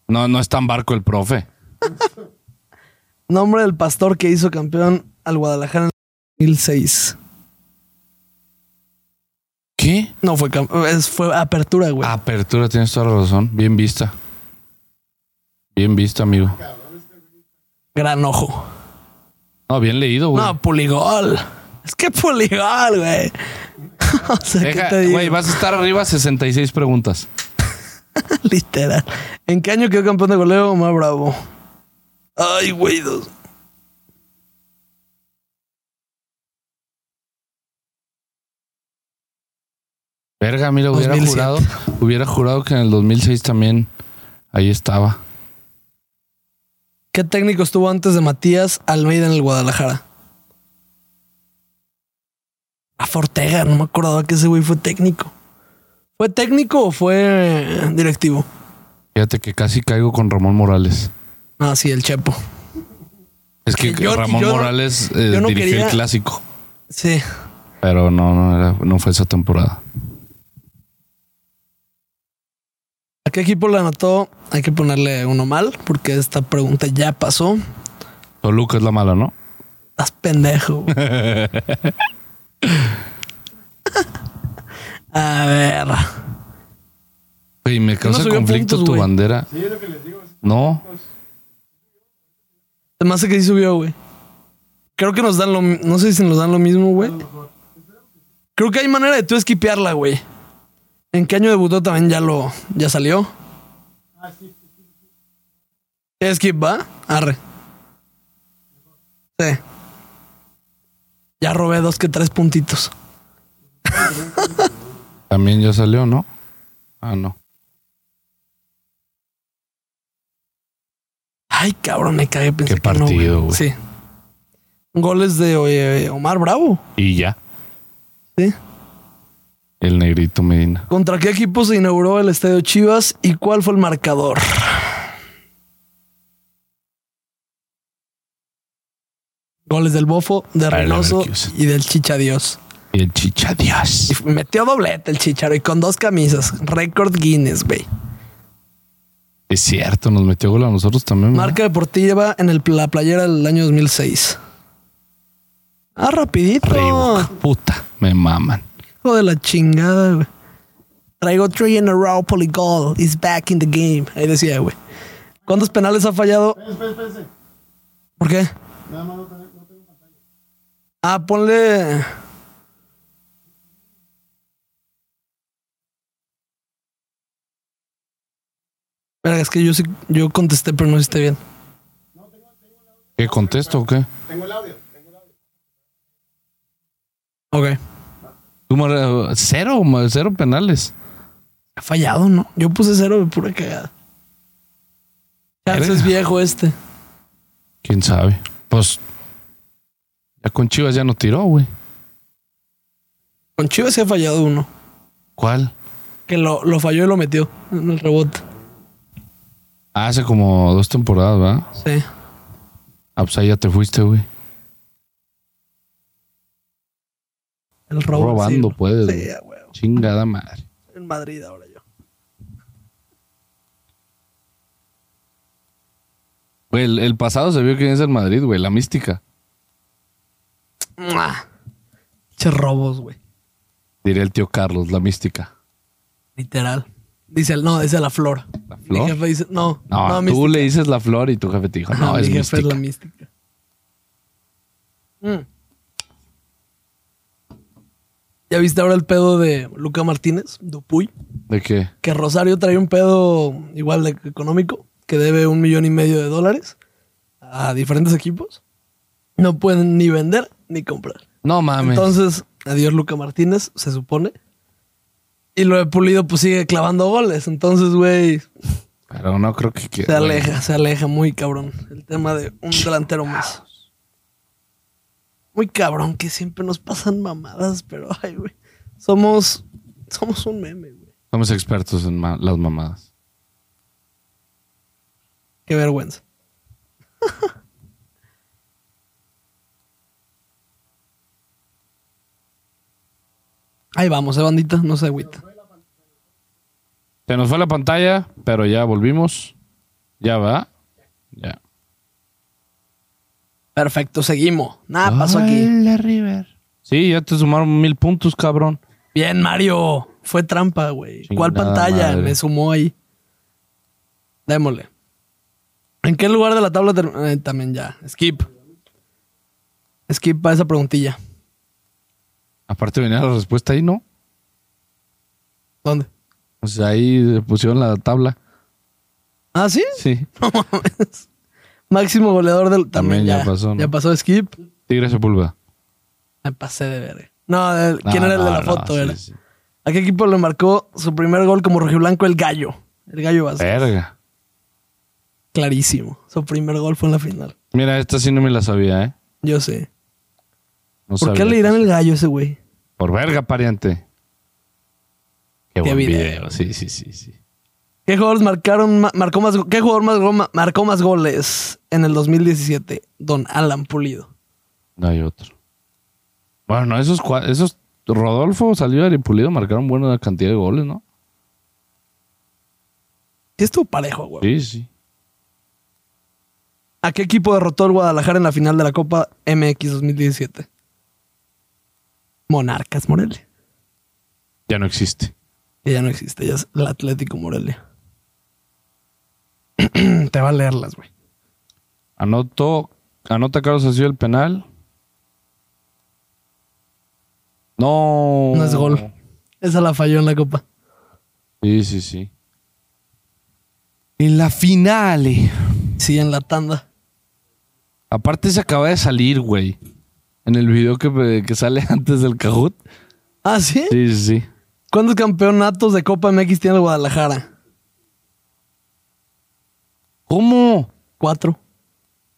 S2: No, no es tan barco el profe.
S1: Nombre del pastor que hizo campeón al Guadalajara en 2006.
S2: ¿Qué?
S1: No fue campeón, es- fue apertura, güey.
S2: Ah. Apertura, tienes toda la razón. Bien vista. Bien vista, amigo.
S1: Gran ojo.
S2: No, bien leído, güey.
S1: No, puligol. Es que puligol, güey. o sea,
S2: Deja-
S1: pues, ¿qué te digo?
S2: Güey, vas a estar arriba 66 preguntas.
S1: Literal. ¿En qué año quedó campeón de goleo Omar Bravo? Ay, güey. dos-
S2: Verga, mira, hubiera
S1: 2007.
S2: jurado, hubiera jurado que en el 2006 también ahí estaba.
S1: ¿Qué técnico estuvo antes de Matías Almeida en el Guadalajara? A Fortega, Ah, no me acordaba que ese güey fue técnico. ¿Fue técnico o fue eh, directivo?
S2: Fíjate que casi caigo con Ramón Morales.
S1: Ah, sí, el Chepo.
S2: Es que
S1: Que yo-
S2: Ramón
S1: yo no-
S2: Morales eh,
S1: yo no
S2: dirigió
S1: quería-
S2: el clásico.
S1: Sí.
S2: Pero no, no, era- no fue esa temporada.
S1: ¿A qué equipo le anotó? Hay que ponerle uno mal, porque esta pregunta ya pasó.
S2: Toluca es la mala, ¿no?
S1: Estás pendejo. güey. A ver.
S2: Güey, me causa
S1: subió
S2: conflicto
S1: puntos,
S2: tu
S1: güey.
S2: bandera. Sí, es lo que les digo. No,
S1: Se me hace que sí subió, güey. Creo que nos dan lo... mi- No sé si nos dan lo mismo, güey. Creo que hay manera de tú esquipearla, güey. ¿En qué año debutó también ya lo... ya salió? Skip, ¿va? Arre. Sí. Ya robé dos que tres puntitos.
S2: también ya salió, ¿no? Ah, no.
S1: Ay, cabrón, me cagué. Pensé
S2: Qué
S1: que no,
S2: partido, güey.
S1: Sí. Goles de oye, Omar Bravo.
S2: Y ya.
S1: Sí.
S2: El negrito Medina.
S1: ¿Contra qué equipo se inauguró el Estadio Chivas y cuál fue el marcador? Goles del Bofo, de
S2: Para el
S1: Reynoso
S2: Leverkusen.
S1: y del Chicha Dios.
S2: Y el chicha Dios.
S1: Y f- metió doblete el Chicharo y con dos camisas. Récord Guinness, güey.
S2: Es cierto, nos metió gol a nosotros también. ¿verdad?
S1: Marca deportiva en el, la playera del año 2006. Ah, rapidito.
S2: Reebok. Puta, me maman.
S1: Hijo de la chingada, güey. Traigo three in a row, Poligol is back in the game. Ahí decía, güey. ¿Cuántos penales ha fallado? ¿Por qué? Ah, ponle. Espera, es que yo sí, yo contesté, pero no hiciste bien.
S2: ¿Qué contesto o qué?
S1: Ok.
S2: Tú, Mar- Cero, ma- cero penales.
S1: Ha fallado, ¿no? Yo puse cero de pura cagada. Chance
S2: Verga.
S1: es viejo este.
S2: ¿Quién sabe? Pues ya con Chivas ya no tiró, güey.
S1: Con Chivas se ha fallado uno.
S2: ¿Cuál?
S1: Que lo, lo falló y lo metió en el rebote.
S2: Hace como dos temporadas, ¿verdad?
S1: Sí.
S2: Ah, pues ahí ya te fuiste, güey.
S1: El robo.
S2: Robando,
S1: sí.
S2: puedes,
S1: Sí,
S2: güey.
S1: a huevo.
S2: Chingada madre.
S1: En Madrid ahora yo.
S2: Güey, el, el pasado se vio quién es el Madrid, güey. La mística.
S1: ¡Mua! Che robos, güey.
S2: Diría el tío Carlos, la mística.
S1: Literal. Dice el, no, dice la flor.
S2: ¿La
S1: Mi
S2: flor?
S1: jefe dice, no,
S2: No, tú
S1: mística.
S2: le dices la flor y tu jefe te dijo, no,
S1: Ajá,
S2: es
S1: mi jefe
S2: mística.
S1: es la mística. Mm. ¿Ya viste ahora el pedo de Luca Martínez, Dupuy?
S2: ¿De qué?
S1: Que Rosario trae un pedo igual de económico, que debe un millón y medio de dólares a diferentes equipos. No pueden ni vender ni comprar.
S2: No mames.
S1: Entonces, adiós Luca Martínez, se supone. Y lo de Pulido pues sigue clavando goles. Entonces, güey,
S2: Pero no creo que
S1: se
S2: quiera. güey.
S1: aleja, se aleja muy cabrón. El tema de un delantero más. Muy cabrón, que siempre nos pasan mamadas, pero ay, güey. Somos, somos un meme, güey.
S2: Somos expertos en ma- las mamadas.
S1: Qué vergüenza. Ahí vamos, eh, bandita, no se agüita.
S2: Se nos fue la pantalla, pero ya volvimos. Ya va. Ya.
S1: Perfecto, seguimos. Nada Ah, pasó aquí.
S2: La River. Sí, ya te sumaron mil puntos, cabrón.
S1: Bien, Mario. Fue trampa, güey. ¿Cuál
S2: Chingada
S1: pantalla?
S2: madre.
S1: Me sumó ahí. Démosle. ¿En qué lugar de la tabla ter- eh, también ya? Skip. Skip para esa preguntilla.
S2: Aparte venía la respuesta ahí, ¿no?
S1: ¿Dónde?
S2: O sea, ahí pusieron la tabla.
S1: ¿Ah, sí?
S2: Sí.
S1: No mames. Máximo goleador del. También,
S2: También ya
S1: ya,
S2: pasó, ¿no?
S1: Ya pasó Skip.
S2: Tigre Sepúlveda.
S1: Me pasé de ver. No, el- ¿quién
S2: No,
S1: era el de
S2: no,
S1: la
S2: no,
S1: foto?
S2: sí,
S1: era?
S2: sí.
S1: ¿A qué equipo le marcó su primer gol como rojiblanco? El Gallo. El Gallo
S2: Eh.
S1: Vázquez.
S2: Verga.
S1: Clarísimo. Su primer gol fue en la final.
S2: Mira, esta sí no me la sabía, ¿eh?
S1: Yo sé.
S2: No
S1: ¿Por
S2: sabía.
S1: qué le dirán el gallo a ese güey?
S2: Por verga, pariente. Qué, buen
S1: video.
S2: video. Sí, sí, sí, sí.
S1: ¿Qué jugadores marcaron ma- marcó más go- qué jugador más go- ma- marcó más goles en el 2017? Don Alan Pulido.
S2: No hay otro. Bueno, esos, cua- esos Rodolfo, Salivar y Pulido marcaron buena cantidad de goles, ¿no?
S1: Sí estuvo parejo, güey.
S2: Sí, sí.
S1: ¿A qué equipo derrotó el Guadalajara en la final de la Copa MX 2017? Monarcas Morelia.
S2: Ya no existe.
S1: Que ya no existe, ya es el Atlético Morelia. Te va a leerlas, güey.
S2: Anotó, anota Carlos Asío el penal. No.
S1: No es gol. Esa la falló en la Copa.
S2: Sí, sí, sí. En la finale.
S1: Sí, en la tanda.
S2: Aparte se acaba de salir, güey. En el video que, eh, que sale antes del Cajut.
S1: ¿Ah, sí?
S2: Sí, sí, sí.
S1: ¿Cuántos campeonatos de Copa MX tiene el Guadalajara?
S2: ¿Cómo?
S1: Cuatro.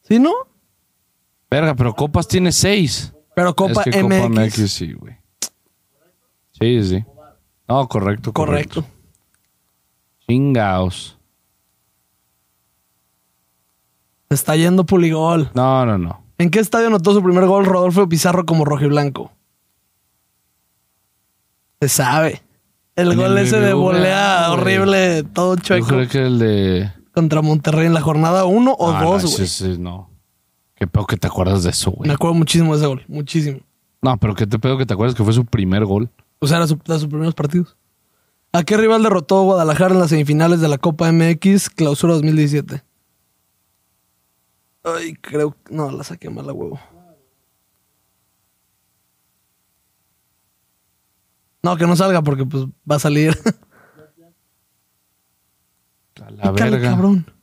S1: ¿Sí, no?
S2: Verga, pero Copas tiene seis.
S1: Pero Copa,
S2: es que
S1: MX.
S2: Copa MX, sí, güey. Sí, sí. No, correcto, correcto.
S1: Correcto.
S2: Chingaos.
S1: Se está yendo Puligol.
S2: No, no, no.
S1: ¿En qué estadio anotó su primer gol Rodolfo Pizarro como rojiblanco? Se sabe. El
S2: En
S1: gol
S2: el
S1: ese de
S2: BBVA,
S1: volea
S2: güey.
S1: horrible, todo
S2: Yo
S1: chueco.
S2: creo que el de...
S1: Contra Monterrey en la jornada 1 o
S2: Ah,
S1: 2,
S2: no,
S1: güey.
S2: ese sí, no. Qué pedo que te acuerdas de eso, güey.
S1: Me acuerdo muchísimo de ese gol, muchísimo.
S2: No, pero qué te pedo que te acuerdas que fue su primer gol.
S1: O sea, era su- de sus primeros partidos. ¿A qué rival derrotó Guadalajara en las semifinales de la Copa MX Clausura 2017? Ay, creo... No, la saqué mal a huevo. No, que no salga porque pues va a salir.
S2: A la
S1: Pícale,
S2: verga.
S1: cabrón.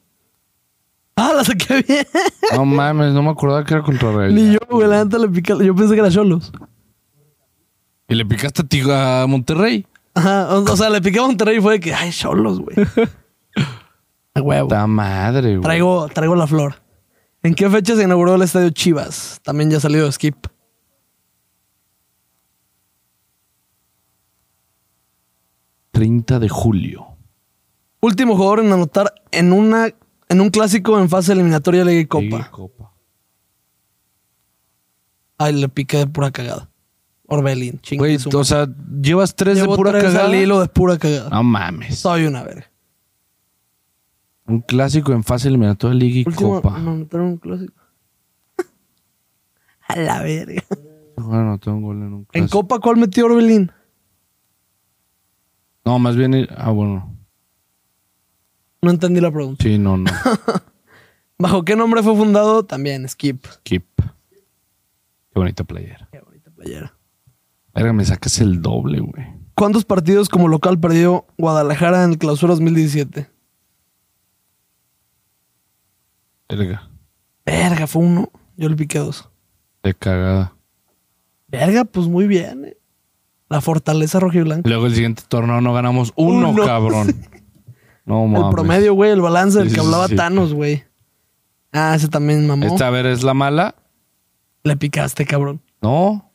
S1: Ah, la saqué bien.
S2: No mames, no me acordaba que era contra Real.
S1: Ni yo, güey, la neta le pica. Yo pensé que era Cholos.
S2: Y le picaste a, ti, a Monterrey.
S1: Ajá, o, o sea, le piqué a Monterrey y fue de que, ay, Cholos, güey. A huevo.
S2: Puta madre, güey.
S1: Traigo, traigo la flor. ¿En qué fecha se inauguró el estadio Chivas? También ya salió Skip.
S2: ¿30 de julio.
S1: Último jugador en anotar en una en un clásico en fase eliminatoria de Liga y
S2: Liga
S1: Copa.
S2: y Copa.
S1: Ay, le piqué de pura cagada. Orbelín,
S2: Güey,
S1: chingue su-
S2: o sea, llevas tres
S1: Llevo
S2: de pura
S1: tres
S2: cagada. Ah.
S1: al hilo de pura cagada.
S2: No mames.
S1: Soy una verga.
S2: Un clásico en fase eliminatoria de Liga y
S1: Último
S2: Copa.
S1: en anotar un clásico. a la verga.
S2: Bueno, tengo un gol en un
S1: ¿En
S2: clásico.
S1: Copa cuál metió Orbelín?
S2: No, más bien. Ah, bueno.
S1: No entendí la pregunta.
S2: Sí, no, no.
S1: ¿Bajo qué nombre fue fundado? También Skip.
S2: Keep. Qué bonita playera.
S1: Qué bonita playera.
S2: Verga, me sacas el doble, güey.
S1: ¿Cuántos partidos como local perdió Guadalajara en el clausura 2017?
S2: Verga.
S1: Verga, fue uno. Yo le piqué dos.
S2: De cagada.
S1: Verga, pues muy bien. eh. La fortaleza rojiblanca.
S2: Luego el siguiente torneo no ganamos uno,
S1: Uno.
S2: cabrón. No mames.
S1: El promedio, güey, el balance del
S2: Sí,
S1: que
S2: sí,
S1: hablaba
S2: sí.
S1: Thanos, güey. Ah, ese también mamó.
S2: Esta a ver es la mala.
S1: Le picaste, cabrón.
S2: No.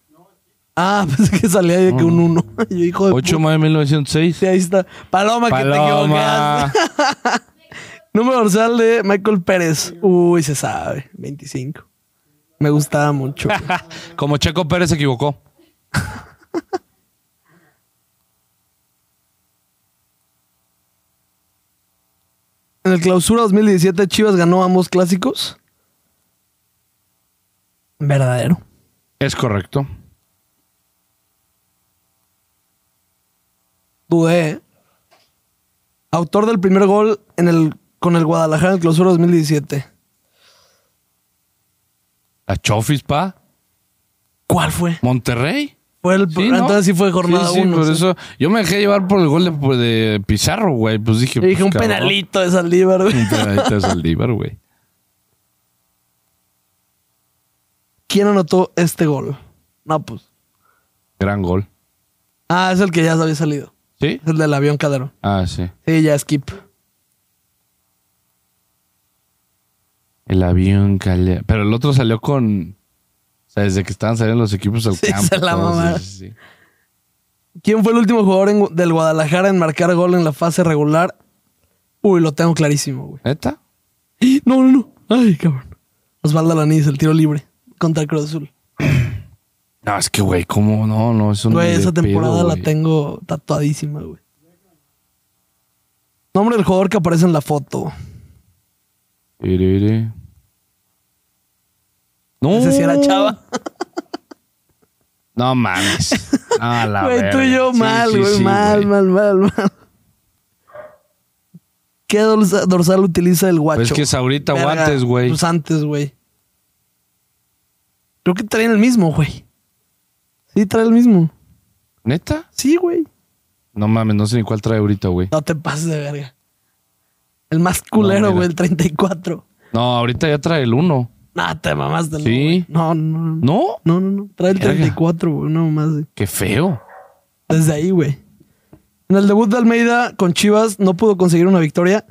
S1: Ah, pensé que salía de que un uno. Yo, hijo de
S2: 8 de mayo de 1906.
S1: Sí, ahí está. Paloma, que te
S2: Paloma.
S1: equivocaste. Número dorsal de Michael Pérez. Uy, se sabe. 25. Me gustaba mucho.
S2: Como Checo Pérez se equivocó.
S1: en el clausura 2017, Chivas ganó ambos clásicos. Verdadero.
S2: Es correcto.
S1: Dudé. ¿eh? Autor del primer gol en el, con el Guadalajara en el clausura 2017.
S2: La Chofis, pa.
S1: ¿Cuál fue?
S2: Monterrey.
S1: Fue el,
S2: Sí, ¿no?
S1: Entonces sí fue jornada
S2: Sí, sí,
S1: 1.
S2: por eso. Yo me dejé llevar por el gol de, por- de Pizarro, güey. Pues dije.
S1: dije
S2: pues,
S1: un
S2: cabrón.
S1: penalito de Saldívar, güey.
S2: Un penalito de Saldívar, güey.
S1: ¿Quién anotó este gol? No, pues.
S2: Gran gol.
S1: Ah, es el que ya había salido.
S2: ¿Sí?
S1: Es el del avión Cadero.
S2: Ah, sí.
S1: Sí, ya skip.
S2: El avión calea. Pero el otro salió con. O sea, desde que estaban saliendo los equipos al
S1: Sí,
S2: campo.
S1: se la
S2: todo,
S1: mamaron.
S2: sí, sí, sí.
S1: ¿Quién fue el último jugador en- del Guadalajara en marcar gol en la fase regular? Uy, lo tengo clarísimo, güey.
S2: ¿Neta?
S1: No, no, no. Ay, cabrón. Osvaldo Alanís, el tiro libre contra el Cruz Azul.
S2: No, es que, güey, ¿cómo? No, no, eso
S1: Güey,
S2: ni de
S1: esa
S2: pedo,
S1: temporada la
S2: güey.
S1: tengo tatuadísima, güey. Nombre del jugador que aparece en la foto.
S2: Irere. No.
S1: Ese sí era Chava.
S2: No mames. Ah, la
S1: Güey, tú y
S2: verga.
S1: yo
S2: Sí,
S1: mal,
S2: sí,
S1: güey.
S2: sí,
S1: mal,
S2: güey.
S1: mal, mal, mal. ¿Qué dorsa- dorsal utiliza el guacho?
S2: Pues es que es ahorita o
S1: Verga,
S2: antes, güey.
S1: Pues antes, güey. Creo que traen el mismo, güey. Sí, trae el mismo. ah.
S2: ¿Neta?
S1: Sí, güey.
S2: No mames, no sé ni cuál trae ahorita, güey.
S1: No te pases de verga. El más culero,
S2: mira.
S1: güey, el 34.
S2: No, ahorita ya trae el 1.
S1: No, te mamaste, no,
S2: Sí.
S1: güey. No, no, no.
S2: ¿No?
S1: No, no, no. Trae el
S2: Verga.
S1: 34, güey. No más, güey.
S2: Qué feo.
S1: Desde ahí, güey. En el debut de Almeida con Chivas no pudo conseguir una victoria.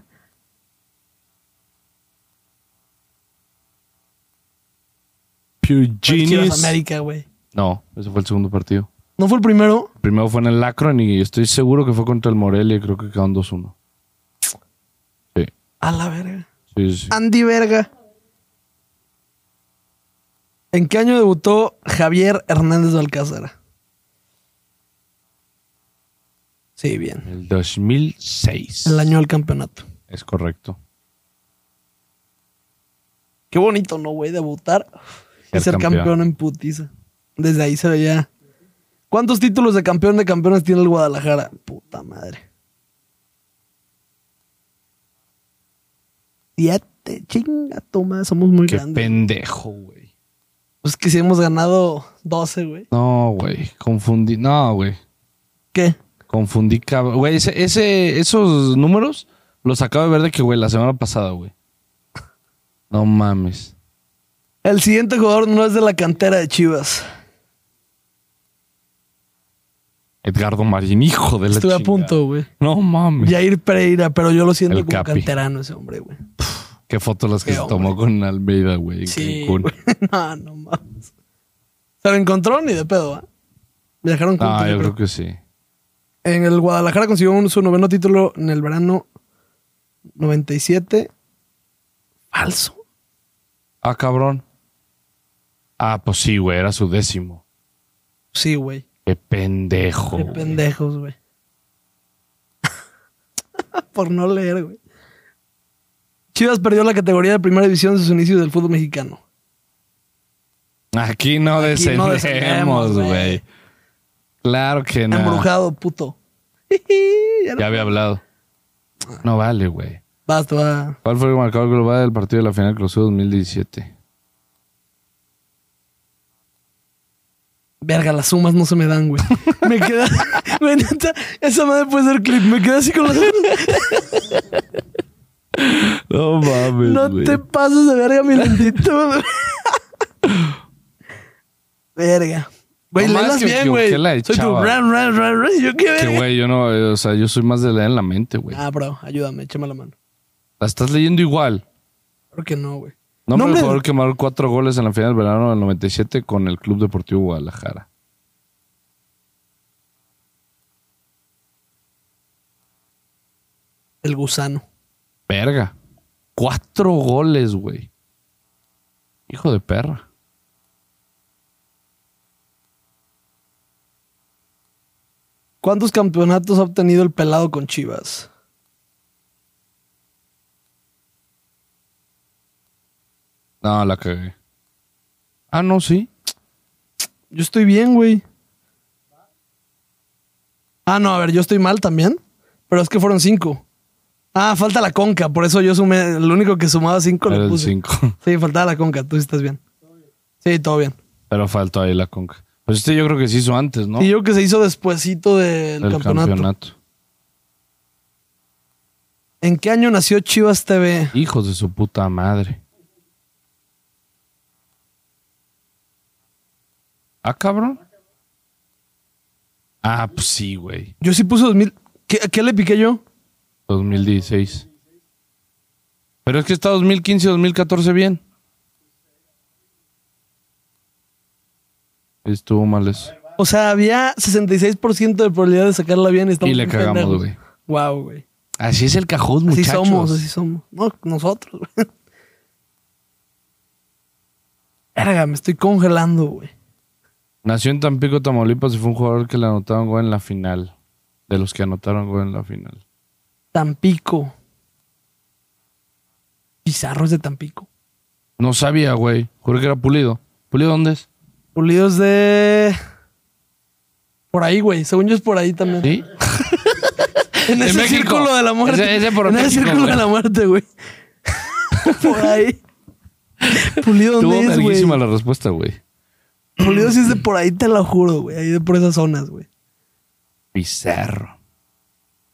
S2: Pure
S1: Fue el Chivas
S2: Genius.
S1: América, güey.
S2: No, ese fue el segundo partido.
S1: No fue el primero.
S2: El primero fue en el Lacron y estoy seguro que fue contra el Morelia. Creo que quedaron 2-1. Sí,
S1: A la verga.
S2: sí, sí.
S1: Andy Verga. ¿En qué año debutó Javier Hernández de Alcázar? Sí, bien.
S2: El 2006.
S1: El año del campeonato.
S2: Es correcto.
S1: Qué bonito, ¿no, güey? Debutar y
S2: Ser
S1: ser campeón.
S2: campeón.
S1: en putiza. Desde ahí se veía. ¿Cuántos títulos de campeón de campeones tiene el Guadalajara? Puta madre. siete. Chinga, toma, somos muy
S2: Qué
S1: grandes.
S2: pendejo, güey.
S1: Pues que si hemos ganado 12, güey.
S2: No, güey. Confundí. No, güey.
S1: ¿Qué?
S2: Confundí, cabrón. Güey, ese, ese- esos números los acabo de ver de que, güey, la semana pasada, güey. No mames.
S1: El siguiente jugador no es de la cantera de Chivas.
S2: Edgardo Marín, hijo de la
S1: Estuve a
S2: chingada.
S1: punto, güey.
S2: No mames.
S1: Jair Pereira, pero yo lo siento
S2: El
S1: como
S2: Capi.
S1: canterano ese hombre, güey.
S2: Qué fotos las que
S1: Qué
S2: se tomó con Almeida, güey. en
S1: Sí.
S2: Cancún.
S1: güey. no, no mames. Se lo encontró ni de pedo, ¿ah? Viajaron juntos.
S2: Ah,
S1: yo
S2: yo
S1: creo.
S2: creo que sí.
S1: En el Guadalajara consiguió un- su noveno título en el verano 97. Falso.
S2: Ah, cabrón. Ah, pues sí, güey, era su décimo.
S1: Sí, güey.
S2: Qué pendejo.
S1: Qué
S2: güey.
S1: pendejos, güey. Por no leer, güey. Chivas perdió la categoría de primera división de sus inicios del fútbol mexicano.
S2: Aquí no
S1: Aquí no
S2: descendemos,
S1: descendemos, güey.
S2: güey. Claro que no.
S1: Embrujado, puto. Ya no-
S2: Ya había hablado. No vale, güey.
S1: Basta, va.
S2: ¿Cuál fue el marcador global del partido de la final Clausura 2017?
S1: Verga, las sumas no se me dan, güey. Me queda. Güey, neta, esa madre puede ser clip. Me queda así con las.
S2: No mames,
S1: No
S2: Pues, güey.
S1: te pases de verga mi lentitud. güey. verga. Güey,
S2: Nomás
S1: léelas
S2: que me
S1: bien,
S2: equivoqué
S1: güey.
S2: la de
S1: Soy tu
S2: Chava.
S1: ran, ran, ran, ran. Yo qué
S2: Que,
S1: verga.
S2: güey, yo no... eh, O sea, yo soy más de leer en la mente, güey.
S1: Ah, bro, ayúdame, échame la mano.
S2: La estás leyendo igual.
S1: Claro que no, güey.
S2: Nombre del
S1: Nombre-
S2: jugador que marcó cuatro goles en la final del verano del 97 con el Club Deportivo Guadalajara.
S1: El gusano.
S2: Verga. Cuatro goles, güey. Hijo de perra.
S1: ¿Cuántos campeonatos ha obtenido el pelado con Chivas?
S2: No, la cagué. Ah, no, sí.
S1: Yo estoy bien, güey. Ah, no, a ver, yo estoy mal también. Pero es que fueron cinco. Ah, falta la conca, por eso yo sumé. El único que sumaba cinco
S2: Era
S1: lo
S2: el
S1: puse.
S2: cinco.
S1: Sí, faltaba la conca, tú sí estás bien. Sí, todo bien.
S2: Pero faltó ahí la conca. Pues este yo creo que se hizo antes, ¿no?
S1: Y yo que se hizo despuesito del
S2: Del
S1: campeonato. ¿En qué año nació Chivas TV?
S2: Hijos de su puta madre. Ah, cabrón. Ah, pues sí, güey.
S1: Yo sí puse 2000. ¿Qué, ¿Qué le piqué yo?
S2: 2016. Pero es que está 2015, 2014 bien. Estuvo mal eso.
S1: O sea, había 66% de probabilidad de sacarla bien. Y, estamos
S2: Y le
S1: bien
S2: cagamos,
S1: pendejos.
S2: güey.
S1: Wow, güey.
S2: Así es el cajón,
S1: Así
S2: muchachos.
S1: somos, así somos. No, nosotros, güey. Verga, me estoy congelando, güey.
S2: Nació en Tampico, Tamaulipas y fue un jugador que le anotaron gol en la final. De los que anotaron gol en la final.
S1: Tampico. Pizarro es de Tampico.
S2: No sabía, güey. Juré que era Pulido. ¿Pulido dónde es?
S1: Pulidos de. Por ahí, güey. Según yo es por ahí también.
S2: ¿Sí?
S1: En
S2: De
S1: ese
S2: México.
S1: círculo de la muerte.
S2: Ese- ese por
S1: en ese
S2: México,
S1: círculo
S2: güey.
S1: de la muerte, güey. por ahí. Pulido,
S2: Tuvo
S1: ¿dónde es, güey?
S2: larguísima la respuesta, güey.
S1: Pulido sí es de por ahí, te lo juro, güey. Ahí de por esas zonas, güey.
S2: Pizarro.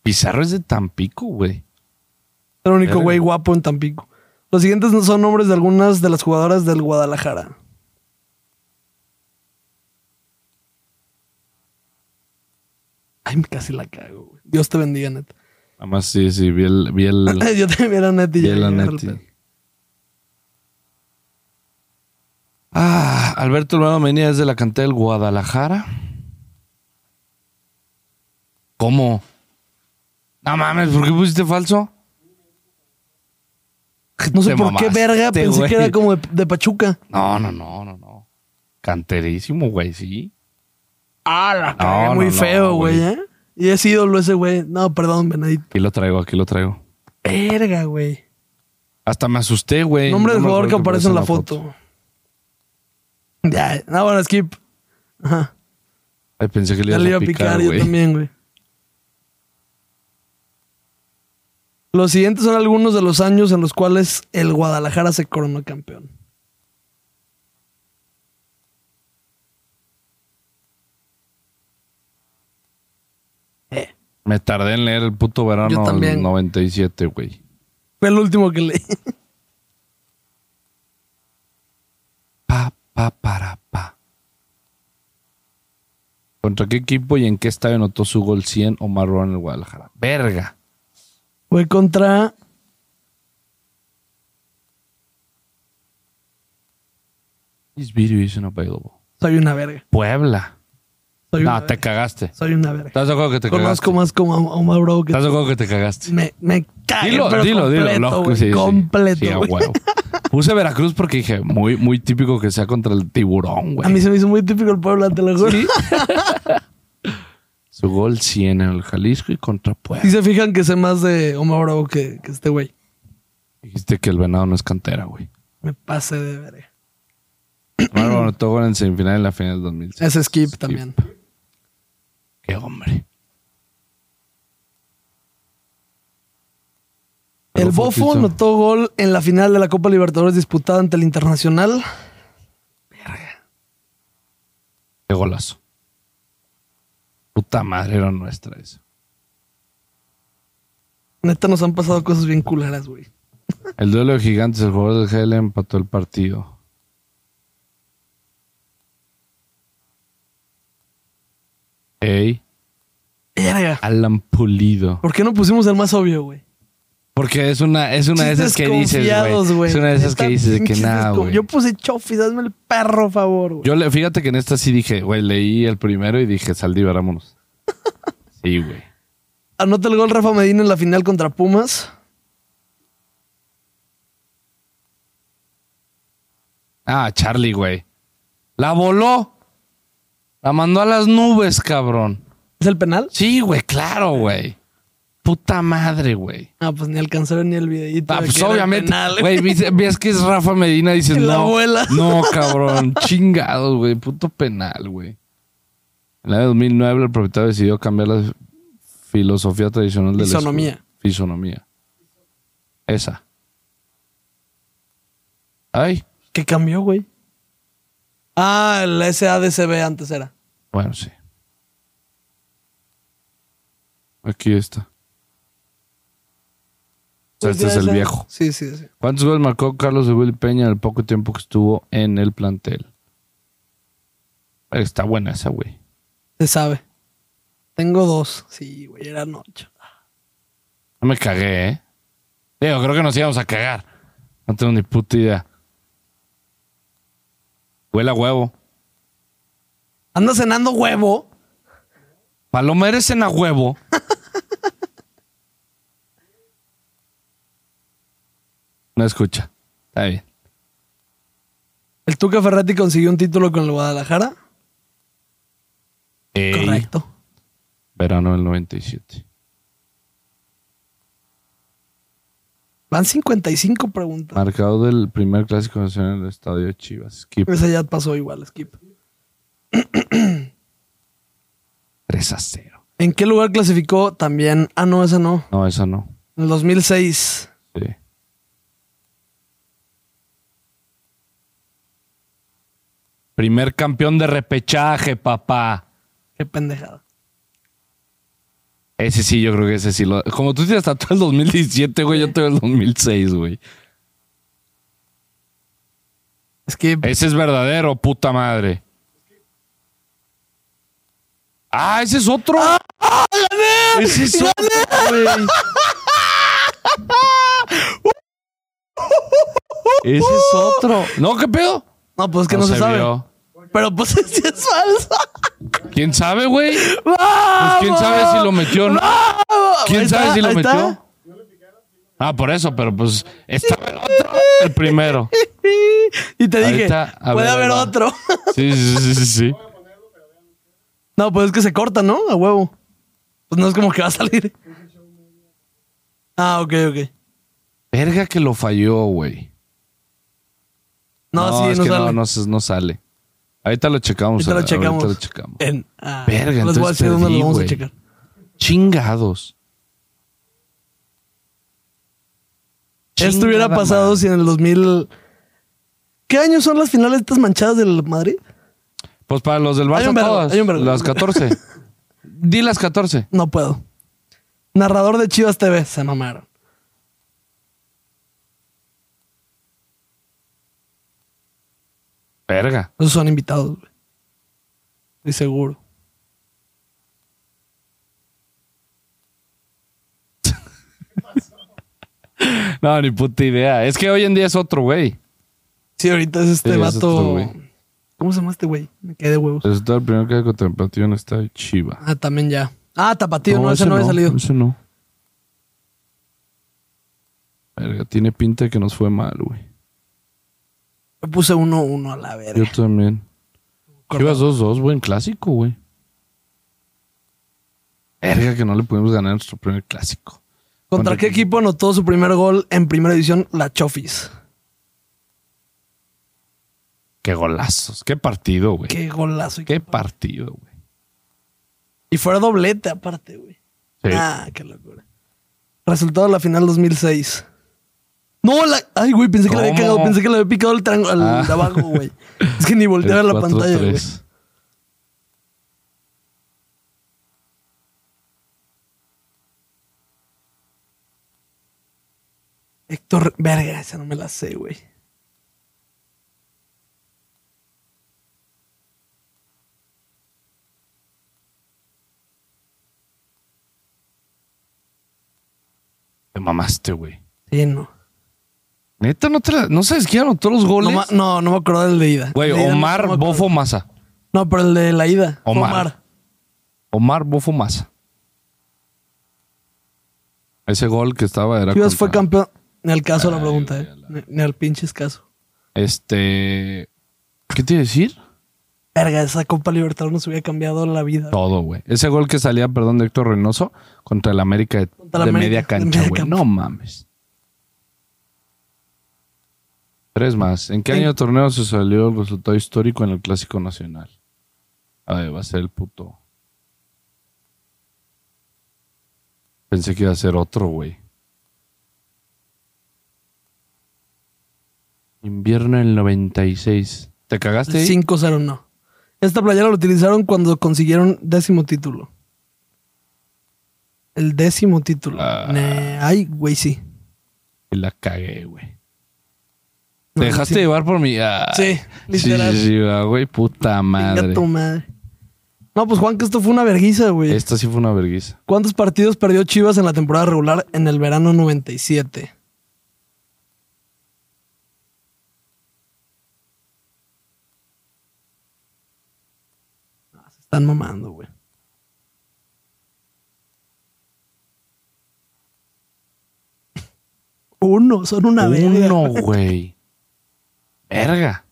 S2: Pizarro es de Tampico, güey.
S1: El único
S2: Verga.
S1: güey guapo en Tampico. Los siguientes no son nombres de algunas de las jugadoras del Guadalajara. Ay, me casi la cago, güey. Dios te bendiga, Net.
S2: Nada más sí, sí, vi el, vi el,
S1: Yo también era Net y
S2: vi
S1: ya.
S2: el
S1: ya era el
S2: Anetti.
S1: pedo.
S2: Ah, Alberto Urbano Menía es de la cantera del Guadalajara. ¿Cómo? No mames, ¿por qué pusiste falso?
S1: No sé
S2: Te
S1: por qué
S2: mamaste,
S1: verga, pensé
S2: güey.
S1: que era como de, de Pachuca.
S2: No, no, no, no, no. Canterísimo, güey, sí.
S1: Ah, la
S2: cagué
S1: muy
S2: no,
S1: feo,
S2: no,
S1: güey, ¿eh? Y es ídolo ese güey. No, perdón, Benedito.
S2: Aquí lo traigo, aquí lo traigo.
S1: Verga, güey.
S2: Hasta me asusté, güey.
S1: Nombre del
S2: No me
S1: jugador que
S2: acuerdo
S1: aparece en la foto. Ya, no, bueno, skip. Ajá.
S2: Ay, pensé que le
S1: Ya
S2: ibas
S1: le iba
S2: a picar,
S1: yo
S2: güey.
S1: también, güey. Los siguientes son algunos de los años en los cuales el Guadalajara se coronó campeón. Eh,
S2: Me tardé en leer el puto
S1: Yo
S2: verano
S1: también.
S2: del 97, güey.
S1: Fue el último que leí.
S2: Pa, pa, para, pa. ¿Contra qué equipo y en qué estadio anotó su gol 100 o Ruan en el Guadalajara? Verga.
S1: Fue contra.
S2: This video isn't available.
S1: Soy una verga.
S2: Puebla.
S1: Soy una
S2: No, te
S1: verga.
S2: cagaste.
S1: Soy una verga.
S2: ¿Estás de acuerdo que te
S1: Conozco
S2: cagaste?
S1: más como a a Omar Bravo que
S2: ¿Estás de acuerdo que te cagaste?
S1: me, me cae.
S2: Dilo,
S1: pero
S2: dilo,
S1: completo,
S2: dilo. Lo-
S1: güey,
S2: sí, sí.
S1: completo.
S2: Sí, a
S1: güey.
S2: huevo. Puse Veracruz porque dije, muy, muy típico que sea contra el tiburón,
S1: A mí
S2: güey.
S1: se me hizo muy típico el pueblo te lo juro.
S2: Su gol 100 en el Jalisco y contra
S1: Y
S2: Puebla.
S1: se fijan que sé más de Omar Bravo que, que este güey.
S2: Dijiste que el venado no es cantera, güey.
S1: Me pasé de verga.
S2: Bárbaro anotó gol en semifinal en la final del 2006.
S1: Es skip, también.
S2: Qué hombre.
S1: El
S2: Bofo
S1: Bofo
S2: quiso-
S1: anotó gol en la final de la Copa Libertadores disputada ante el Internacional.
S2: Qué golazo. Puta madre, era nuestra esa.
S1: Neta, nos han pasado cosas bien culeras, güey.
S2: El duelo de gigantes, el jugador del GL empató el partido. Ey,
S1: Verga.
S2: Alan Pulido.
S1: ¿Por qué no pusimos el más obvio, güey?
S2: Porque es una, es una de
S1: Pinches
S2: esas que dices,
S1: desconfiados,
S2: güey. Es una de esas
S1: Neta,
S2: que dices de que
S1: pinches
S2: nada,
S1: descon-
S2: güey.
S1: Yo puse Chofis, hazme el perro favor, güey.
S2: Yo le, fíjate que en esta sí dije, güey, leí el primero y dije, Saldívar, vámonos. Sí, güey.
S1: Anota el gol Rafa Medina en la final contra Pumas.
S2: Ah, Charlie, güey. La voló. La mandó a las nubes, cabrón.
S1: ¿Es el penal?
S2: Sí, güey, claro, güey. Puta madre, güey.
S1: Ah, pues ni alcanzaron ni el videíto.
S2: Ah,
S1: de
S2: pues
S1: que era el
S2: obviamente,
S1: penal,
S2: güey, ves, ves que es Rafa Medina y dices,
S1: Y la
S2: no,
S1: abuela.
S2: no, cabrón, chingados, güey, puto penal, güey. En el año 2009 el propietario decidió cambiar la filosofía tradicional de la
S1: Fisonomía.
S2: Fisonomía. Esa. Ay,
S1: ¿Qué cambió, güey? Ah, el SADCB antes era.
S2: bueno, sí. Aquí está. O sea, este es
S1: Pues
S2: el viejo.
S1: Sí, sí, sí.
S2: ¿Cuántos goles marcó Carlos de Willy Peña en el poco tiempo que estuvo en el plantel? Está buena esa, güey.
S1: Se sabe. Tengo dos. Sí, güey, eran ocho.
S2: No me cagué, ¿eh? Digo, creo que nos íbamos a cagar. No tengo ni puta idea. Huele a huevo.
S1: Anda cenando huevo.
S2: Paloma, eres en a huevo. No escucha. Está bien.
S1: El Tuca Ferretti consiguió un título con el Guadalajara.
S2: Ey,
S1: Correcto.
S2: Verano del 97.
S1: Van 55 preguntas.
S2: Marcado del primer clásico nacional del estadio Chivas. Skip.
S1: Esa ya pasó igual, Skip.
S2: 3 a 0.
S1: ¿En qué lugar clasificó también? Ah, no, esa no.
S2: No, esa no.
S1: En el 2006.
S2: Sí. Primer campeón de repechaje, papá.
S1: Qué pendejada.
S2: Ese sí, yo creo que ese sí lo. Como tú tienes tatuado el 2017, güey, yo tengo el 2006, güey.
S1: Skip.
S2: Ese es verdadero, puta madre. Ah, ese es otro.
S1: ¡Ah,
S2: Ese es otro, güey. Ese es otro. No, ¿qué pedo?
S1: No, pues es que no, se, sabe.
S2: vio.
S1: Pero pues si es falso.
S2: ¿Quién sabe, güey?
S1: ¡Vamos!
S2: Pues, ¿Quién sabe si lo metió o no?
S1: ¡Vamos!
S2: ¿Quién
S1: Ahí
S2: sabe
S1: está,
S2: si lo
S1: ahí está.
S2: metió? Ah, por eso, pero pues estaba el otro, el primero.
S1: Y te
S2: Ahí
S1: dije,
S2: está. A
S1: puede
S2: ver, ahí
S1: haber
S2: va.
S1: otro.
S2: Sí, sí, sí, sí, sí.
S1: no, pues es que se corta, ¿no? A huevo. Pues no es como que va a salir. Ah, ok, ok.
S2: Verga que lo falló, güey.
S1: No, sí,
S2: es
S1: no
S2: que
S1: sale.
S2: no, no, se- no sale. Ahorita lo checamos.
S1: Ahorita lo
S2: ahorita
S1: checamos.
S2: lo checamos.
S1: En, ah, les voy
S2: Verga,
S1: a
S2: entonces
S1: decir dónde
S2: perdí,
S1: lo vamos
S2: güey.
S1: a checar.
S2: Chingados.
S1: Esto hubiera
S2: Chingada
S1: pasado
S2: madre.
S1: si en el 2000... ¿Qué año son las finales estas manchadas del Madrid?
S2: Pues para los del
S1: Hay
S2: Barça
S1: un vergo,
S2: todas.
S1: hay un vergo.
S2: Las 14. Di las 14.
S1: No puedo. Narrador de Chivas TV, se mamaron.
S2: Verga.
S1: Esos son invitados, güey. Estoy seguro.
S2: No, ni puta idea. Es que hoy en día es otro, güey.
S1: Sí, ahorita es este
S2: Sí, es otro
S1: vato.
S2: güey.
S1: ¿Cómo se llama este güey? Me quedé de huevos.
S2: Resulta Pues el primero que contemplativo en esta chiva.
S1: Ah, también ya. Ah, Tapatío, no, ese no, había salido.
S2: Ese no. Verga, tiene pinta de que nos fue mal, güey.
S1: Me puse uno, uno a la
S2: Yo
S1: verga.
S2: también.
S1: Corta.
S2: Chivas 2-2, buen clásico, güey. Verga, que no le pudimos ganar nuestro primer clásico.
S1: ¿Contra qué equipo anotó su primer gol en primera edición? La Chofis.
S2: Qué golazos. Qué partido, güey. Qué,
S1: Qué golazo. y-
S2: partido, güey.
S1: Y fuera doblete aparte, güey.
S2: Sí.
S1: Ah, qué locura. Resultado de la final 2006. No, la... Ay, güey, pensé que la había
S2: ¿Cómo?
S1: cagado. Pensé que le había picado el triángulo al
S2: Ah.
S1: de abajo, güey. Es que ni volteé a ver
S2: El
S1: la pantalla, güey.
S2: 4-3.
S1: Héctor... Verga, esa no me la sé, güey.
S2: Te mamaste, güey.
S1: Sí, no.
S2: Neta, no, te la- no sabes quién anotó los goles.
S1: No, ma- no, no me acuerdo del de ida.
S2: Güey,
S1: El de ida no-
S2: Omar
S1: no me acuerdo.
S2: Bofo Maza.
S1: No, pero el de la ida. Fue
S2: Omar. Omar Bofo Maza. Ese gol que estaba era.
S1: Chivas fue
S2: contra-
S1: campeón. Ni al caso la
S2: Ay,
S1: pregunta,
S2: güey,
S1: eh.
S2: a la-
S1: Ni, ni al pinche caso.
S2: Este. ¿Qué te iba a decir?
S1: Verga, esa Copa Libertadores nos hubiera cambiado la vida.
S2: Todo, güey. Ese gol que salía, perdón, de Héctor Reynoso contra el América de,
S1: Contra el
S2: de
S1: América,
S2: media
S1: de
S2: cancha,
S1: media
S2: güey.
S1: cancha.
S2: No mames. Tres más. ¿En qué
S1: En-
S2: año de torneo se salió el resultado histórico en el Clásico Nacional? A ver, va a ser el puto. Pensé que iba a ser otro, güey. Invierno del 96. ¿Te cagaste? ahí?
S1: 5-0 no. Esta playera la utilizaron cuando consiguieron décimo título. El décimo título.
S2: Ah.
S1: Ne- ay, güey, sí.
S2: Y la cagué, güey.
S1: No,
S2: Te dejaste
S1: sí.
S2: llevar por mi. ah,
S1: Sí, literal.
S2: Sí, sí, ah, güey, puta
S1: Venga,
S2: madre.
S1: tu madre. No, pues Juan, que esto fue una verguiza, güey.
S2: Esta sí fue una vergüenza.
S1: ¿Cuántos partidos perdió Chivas en la temporada regular en el verano 97? Ah, se están mamando, güey. Uno, son una verga.
S2: Uno, güey. Verga.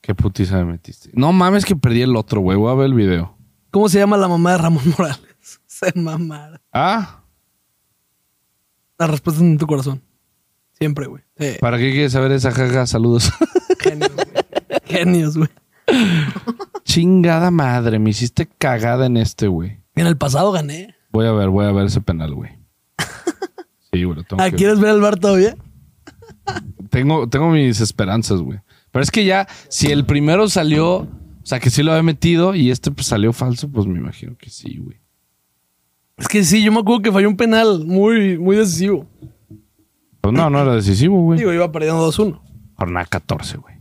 S2: Qué putiza me metiste. No mames que perdí el otro, güey. Voy a ver el video.
S1: ¿Cómo se llama la mamá de Ramón Morales? Se mamara.
S2: Ah,
S1: La respuesta es en tu corazón. Siempre, güey. Sí.
S2: ¿para qué quieres saber esa jaja? Saludos.
S1: Genios, güey. Genios, güey.
S2: Chingada madre, me hiciste cagada en este, güey.
S1: En el pasado gané.
S2: Voy a ver, voy a ver ese penal, güey. Sí, güey, lo tengo
S1: Ah,
S2: que
S1: ¿Quieres ver el bar todavía?
S2: tengo, tengo mis esperanzas, güey. Pero es que ya, si el primero salió, o sea, que sí lo había metido y este pues, salió falso, pues me imagino que sí, güey.
S1: Es que sí, yo me acuerdo que falló un penal muy, muy decisivo.
S2: Pues no, no era decisivo, güey.
S1: Digo, iba perdiendo 2-1.
S2: Jornada 14, güey.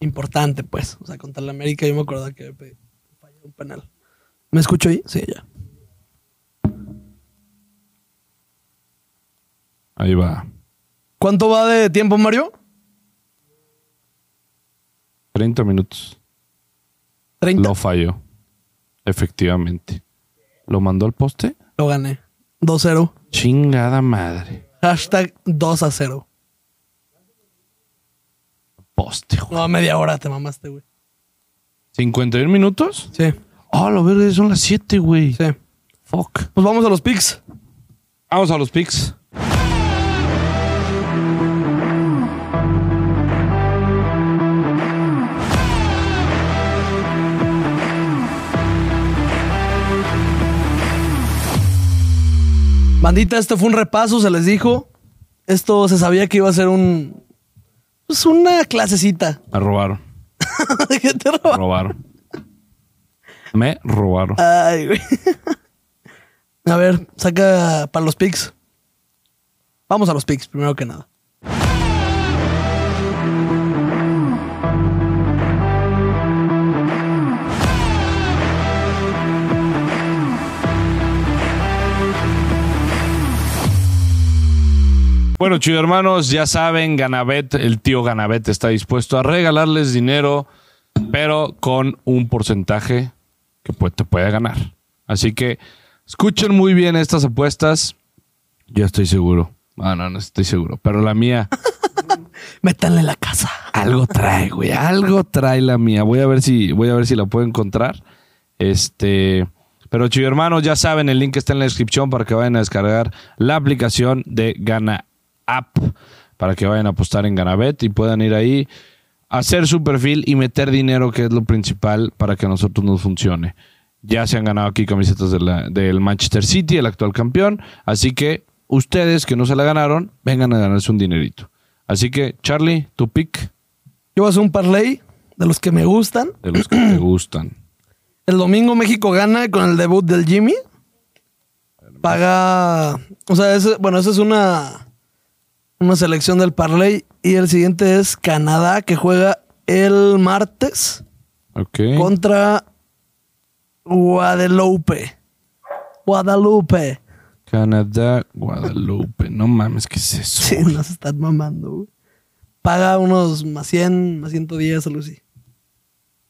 S1: Importante, pues. O sea, contra el América yo me acuerdo que pe- falló un penal. ¿Me escucho ahí? Sí, ya.
S2: Ahí va.
S1: ¿Cuánto va de tiempo, Mario?
S2: 30 minutos.
S1: 30.
S2: Lo falló. Efectivamente. ¿Lo mandó al poste?
S1: Lo gané. 2-0.
S2: Chingada madre.
S1: Hashtag 2-0.
S2: Poste, güey.
S1: No, a media hora te mamaste, güey.
S2: ¿51 minutos?
S1: Sí,
S2: Oh, lo verde, son las 7, güey.
S1: sí.
S2: Fuck.
S1: Pues vamos a los picks.
S2: Vamos a los picks.
S1: Bandita, esto fue un repaso, se les dijo. Esto se sabía que iba a ser un. Pues una clasecita.
S2: Me robaron.
S1: ¿Qué te
S2: Me
S1: roba?
S2: robaron. Me robaron.
S1: Ay, güey. A ver, saca para los pics. Vamos a los pics, primero que nada.
S2: Bueno, chido hermanos, ya saben, Ganabet, el tío Ganabet está dispuesto a regalarles dinero, pero con un porcentaje que pues, te puede ganar. Así que escuchen muy bien estas apuestas. Yo estoy seguro. Ah, no, no estoy seguro. Pero la mía,
S1: Métanle la casa.
S2: algo trae, güey. Algo trae la mía. Voy a ver si, voy a ver si la puedo encontrar. Este. Pero chido hermanos, ya saben, el link está en la descripción para que vayan a descargar la aplicación de Gana App. Para que vayan a apostar en Ganabet y puedan ir ahí, hacer su perfil y meter dinero, que es lo principal para que a nosotros nos funcione. Ya se han ganado aquí camisetas de la- del Manchester City, el actual campeón. Así que ustedes que no se la ganaron, vengan a ganarse un dinerito. Así que, Charlie, tu pick
S1: Yo voy a hacer un parlay de los que me gustan.
S2: de los que te gustan.
S1: El domingo México gana con el debut del Jimmy. Paga. O sea, ese- bueno, esa es una. Una selección del parlay. Y el siguiente es Canadá, que juega el martes
S2: Ok.
S1: contra Guadalupe. Guadalupe.
S2: Canadá, Guadalupe. No mames, ¿qué es eso?
S1: Sí, nos están mamando, güey. Paga unos más 100, más 110, algo así.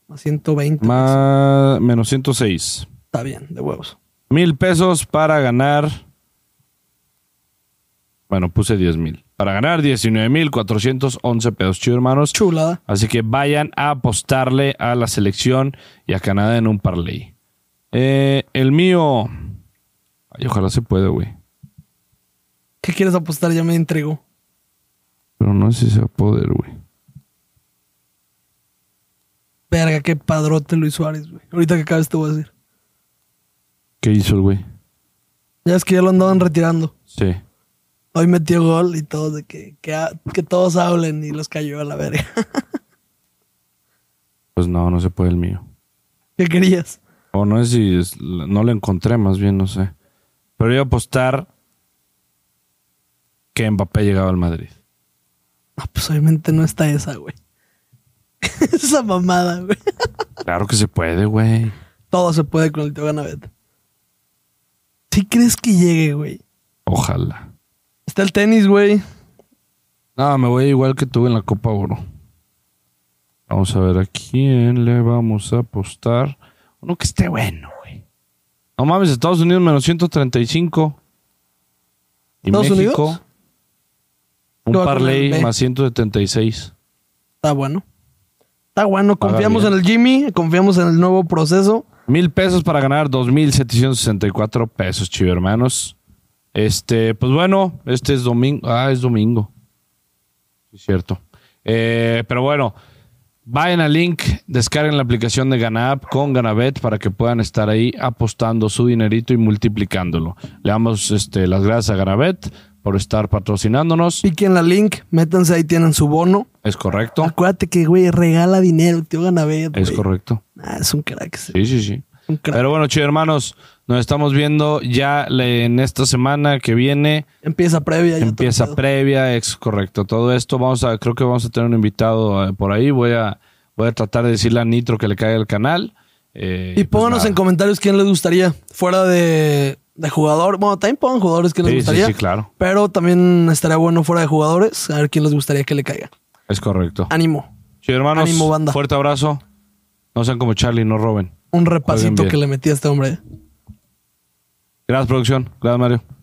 S1: Más 120.
S2: Más, menos 106.
S1: Está bien, de huevos.
S2: Mil pesos para ganar. Bueno, puse 10 mil. Para ganar 19.411 pesos, chido hermanos.
S1: Chulada.
S2: Así que vayan a apostarle a la selección y a Canadá en un parlay. Eh, el mío. Ay, ojalá se pueda, güey.
S1: ¿Qué quieres apostar? Ya me intrigó.
S2: Pero no sé si se va a poder, güey.
S1: Verga, qué padrote Luis Suárez, güey. Ahorita que acabes te voy a decir.
S2: ¿Qué hizo el güey?
S1: Ya es que ya lo andaban retirando.
S2: Sí.
S1: Hoy metió gol y todos de que, que, ha- que todos hablen y los cayó a la verga.
S2: Pues no, no se puede el mío.
S1: ¿Qué querías?
S2: O no sé si es- no lo encontré, más bien, no sé. Pero iba a apostar que Mbappé llegaba al Madrid.
S1: No, pues obviamente no está esa, güey. esa mamada, güey.
S2: Claro que se puede, güey.
S1: Todo se puede con el tío Ganabet. ¿Sí crees que llegue, güey?
S2: Ojalá.
S1: Está el tenis, güey.
S2: No, me voy igual que tú en la Copa Oro. Vamos a ver a quién le vamos a apostar. Uno que esté bueno, güey. No mames, Estados Unidos menos 135. Y
S1: ¿Estados
S2: México.
S1: Unidos?
S2: Un
S1: Yo voy con el
S2: parlay
S1: B.
S2: más 176.
S1: Está bueno. Está bueno.
S2: Paga
S1: Confiamos
S2: bien.
S1: en el Jimmy, confiamos en el nuevo proceso.
S2: Mil pesos para ganar 2,764 pesos, chido hermanos. Este, pues bueno, este es domingo. Ah, es domingo. Sí, es cierto. Eh, pero bueno, vayan al link, descarguen la aplicación de GanaApp con Ganabet para que puedan estar ahí apostando su dinerito y multiplicándolo. Le damos este, las gracias a Ganabet por estar patrocinándonos.
S1: Piquen la link, métanse ahí, tienen su bono.
S2: Es correcto.
S1: Acuérdate que, güey, regala dinero, tío Ganabet.
S2: Es
S1: güey.
S2: correcto.
S1: Ah, es un crack. ese.
S2: Sí, sí, sí.
S1: Un crack.
S2: Pero bueno, chido hermanos, nos estamos viendo ya le- en esta semana que viene.
S1: Empieza previa. ya
S2: Empieza
S1: todo el pedo.
S2: previa, es correcto. Todo esto vamos a, creo que vamos a tener un invitado eh, por ahí. Voy a, voy a tratar de decirle a Nitro que le caiga el canal. Eh,
S1: Y
S2: pues
S1: pónganos
S2: nada.
S1: en comentarios quién les gustaría. Fuera de, de jugador. Bueno, también pongan jugadores que les
S2: Sí, sí,
S1: gustaría.
S2: sí, claro.
S1: Pero también estaría bueno fuera de jugadores. A ver quién les gustaría que le caiga.
S2: Es correcto.
S1: Ánimo.
S2: Chido hermanos,
S1: ánimo, banda.
S2: fuerte abrazo. No sean como Charlie, no roben.
S1: Un
S2: Jueguen
S1: repasito
S2: bien.
S1: que le metí a este hombre. ¿eh?
S2: Gracias producción, gracias Mario.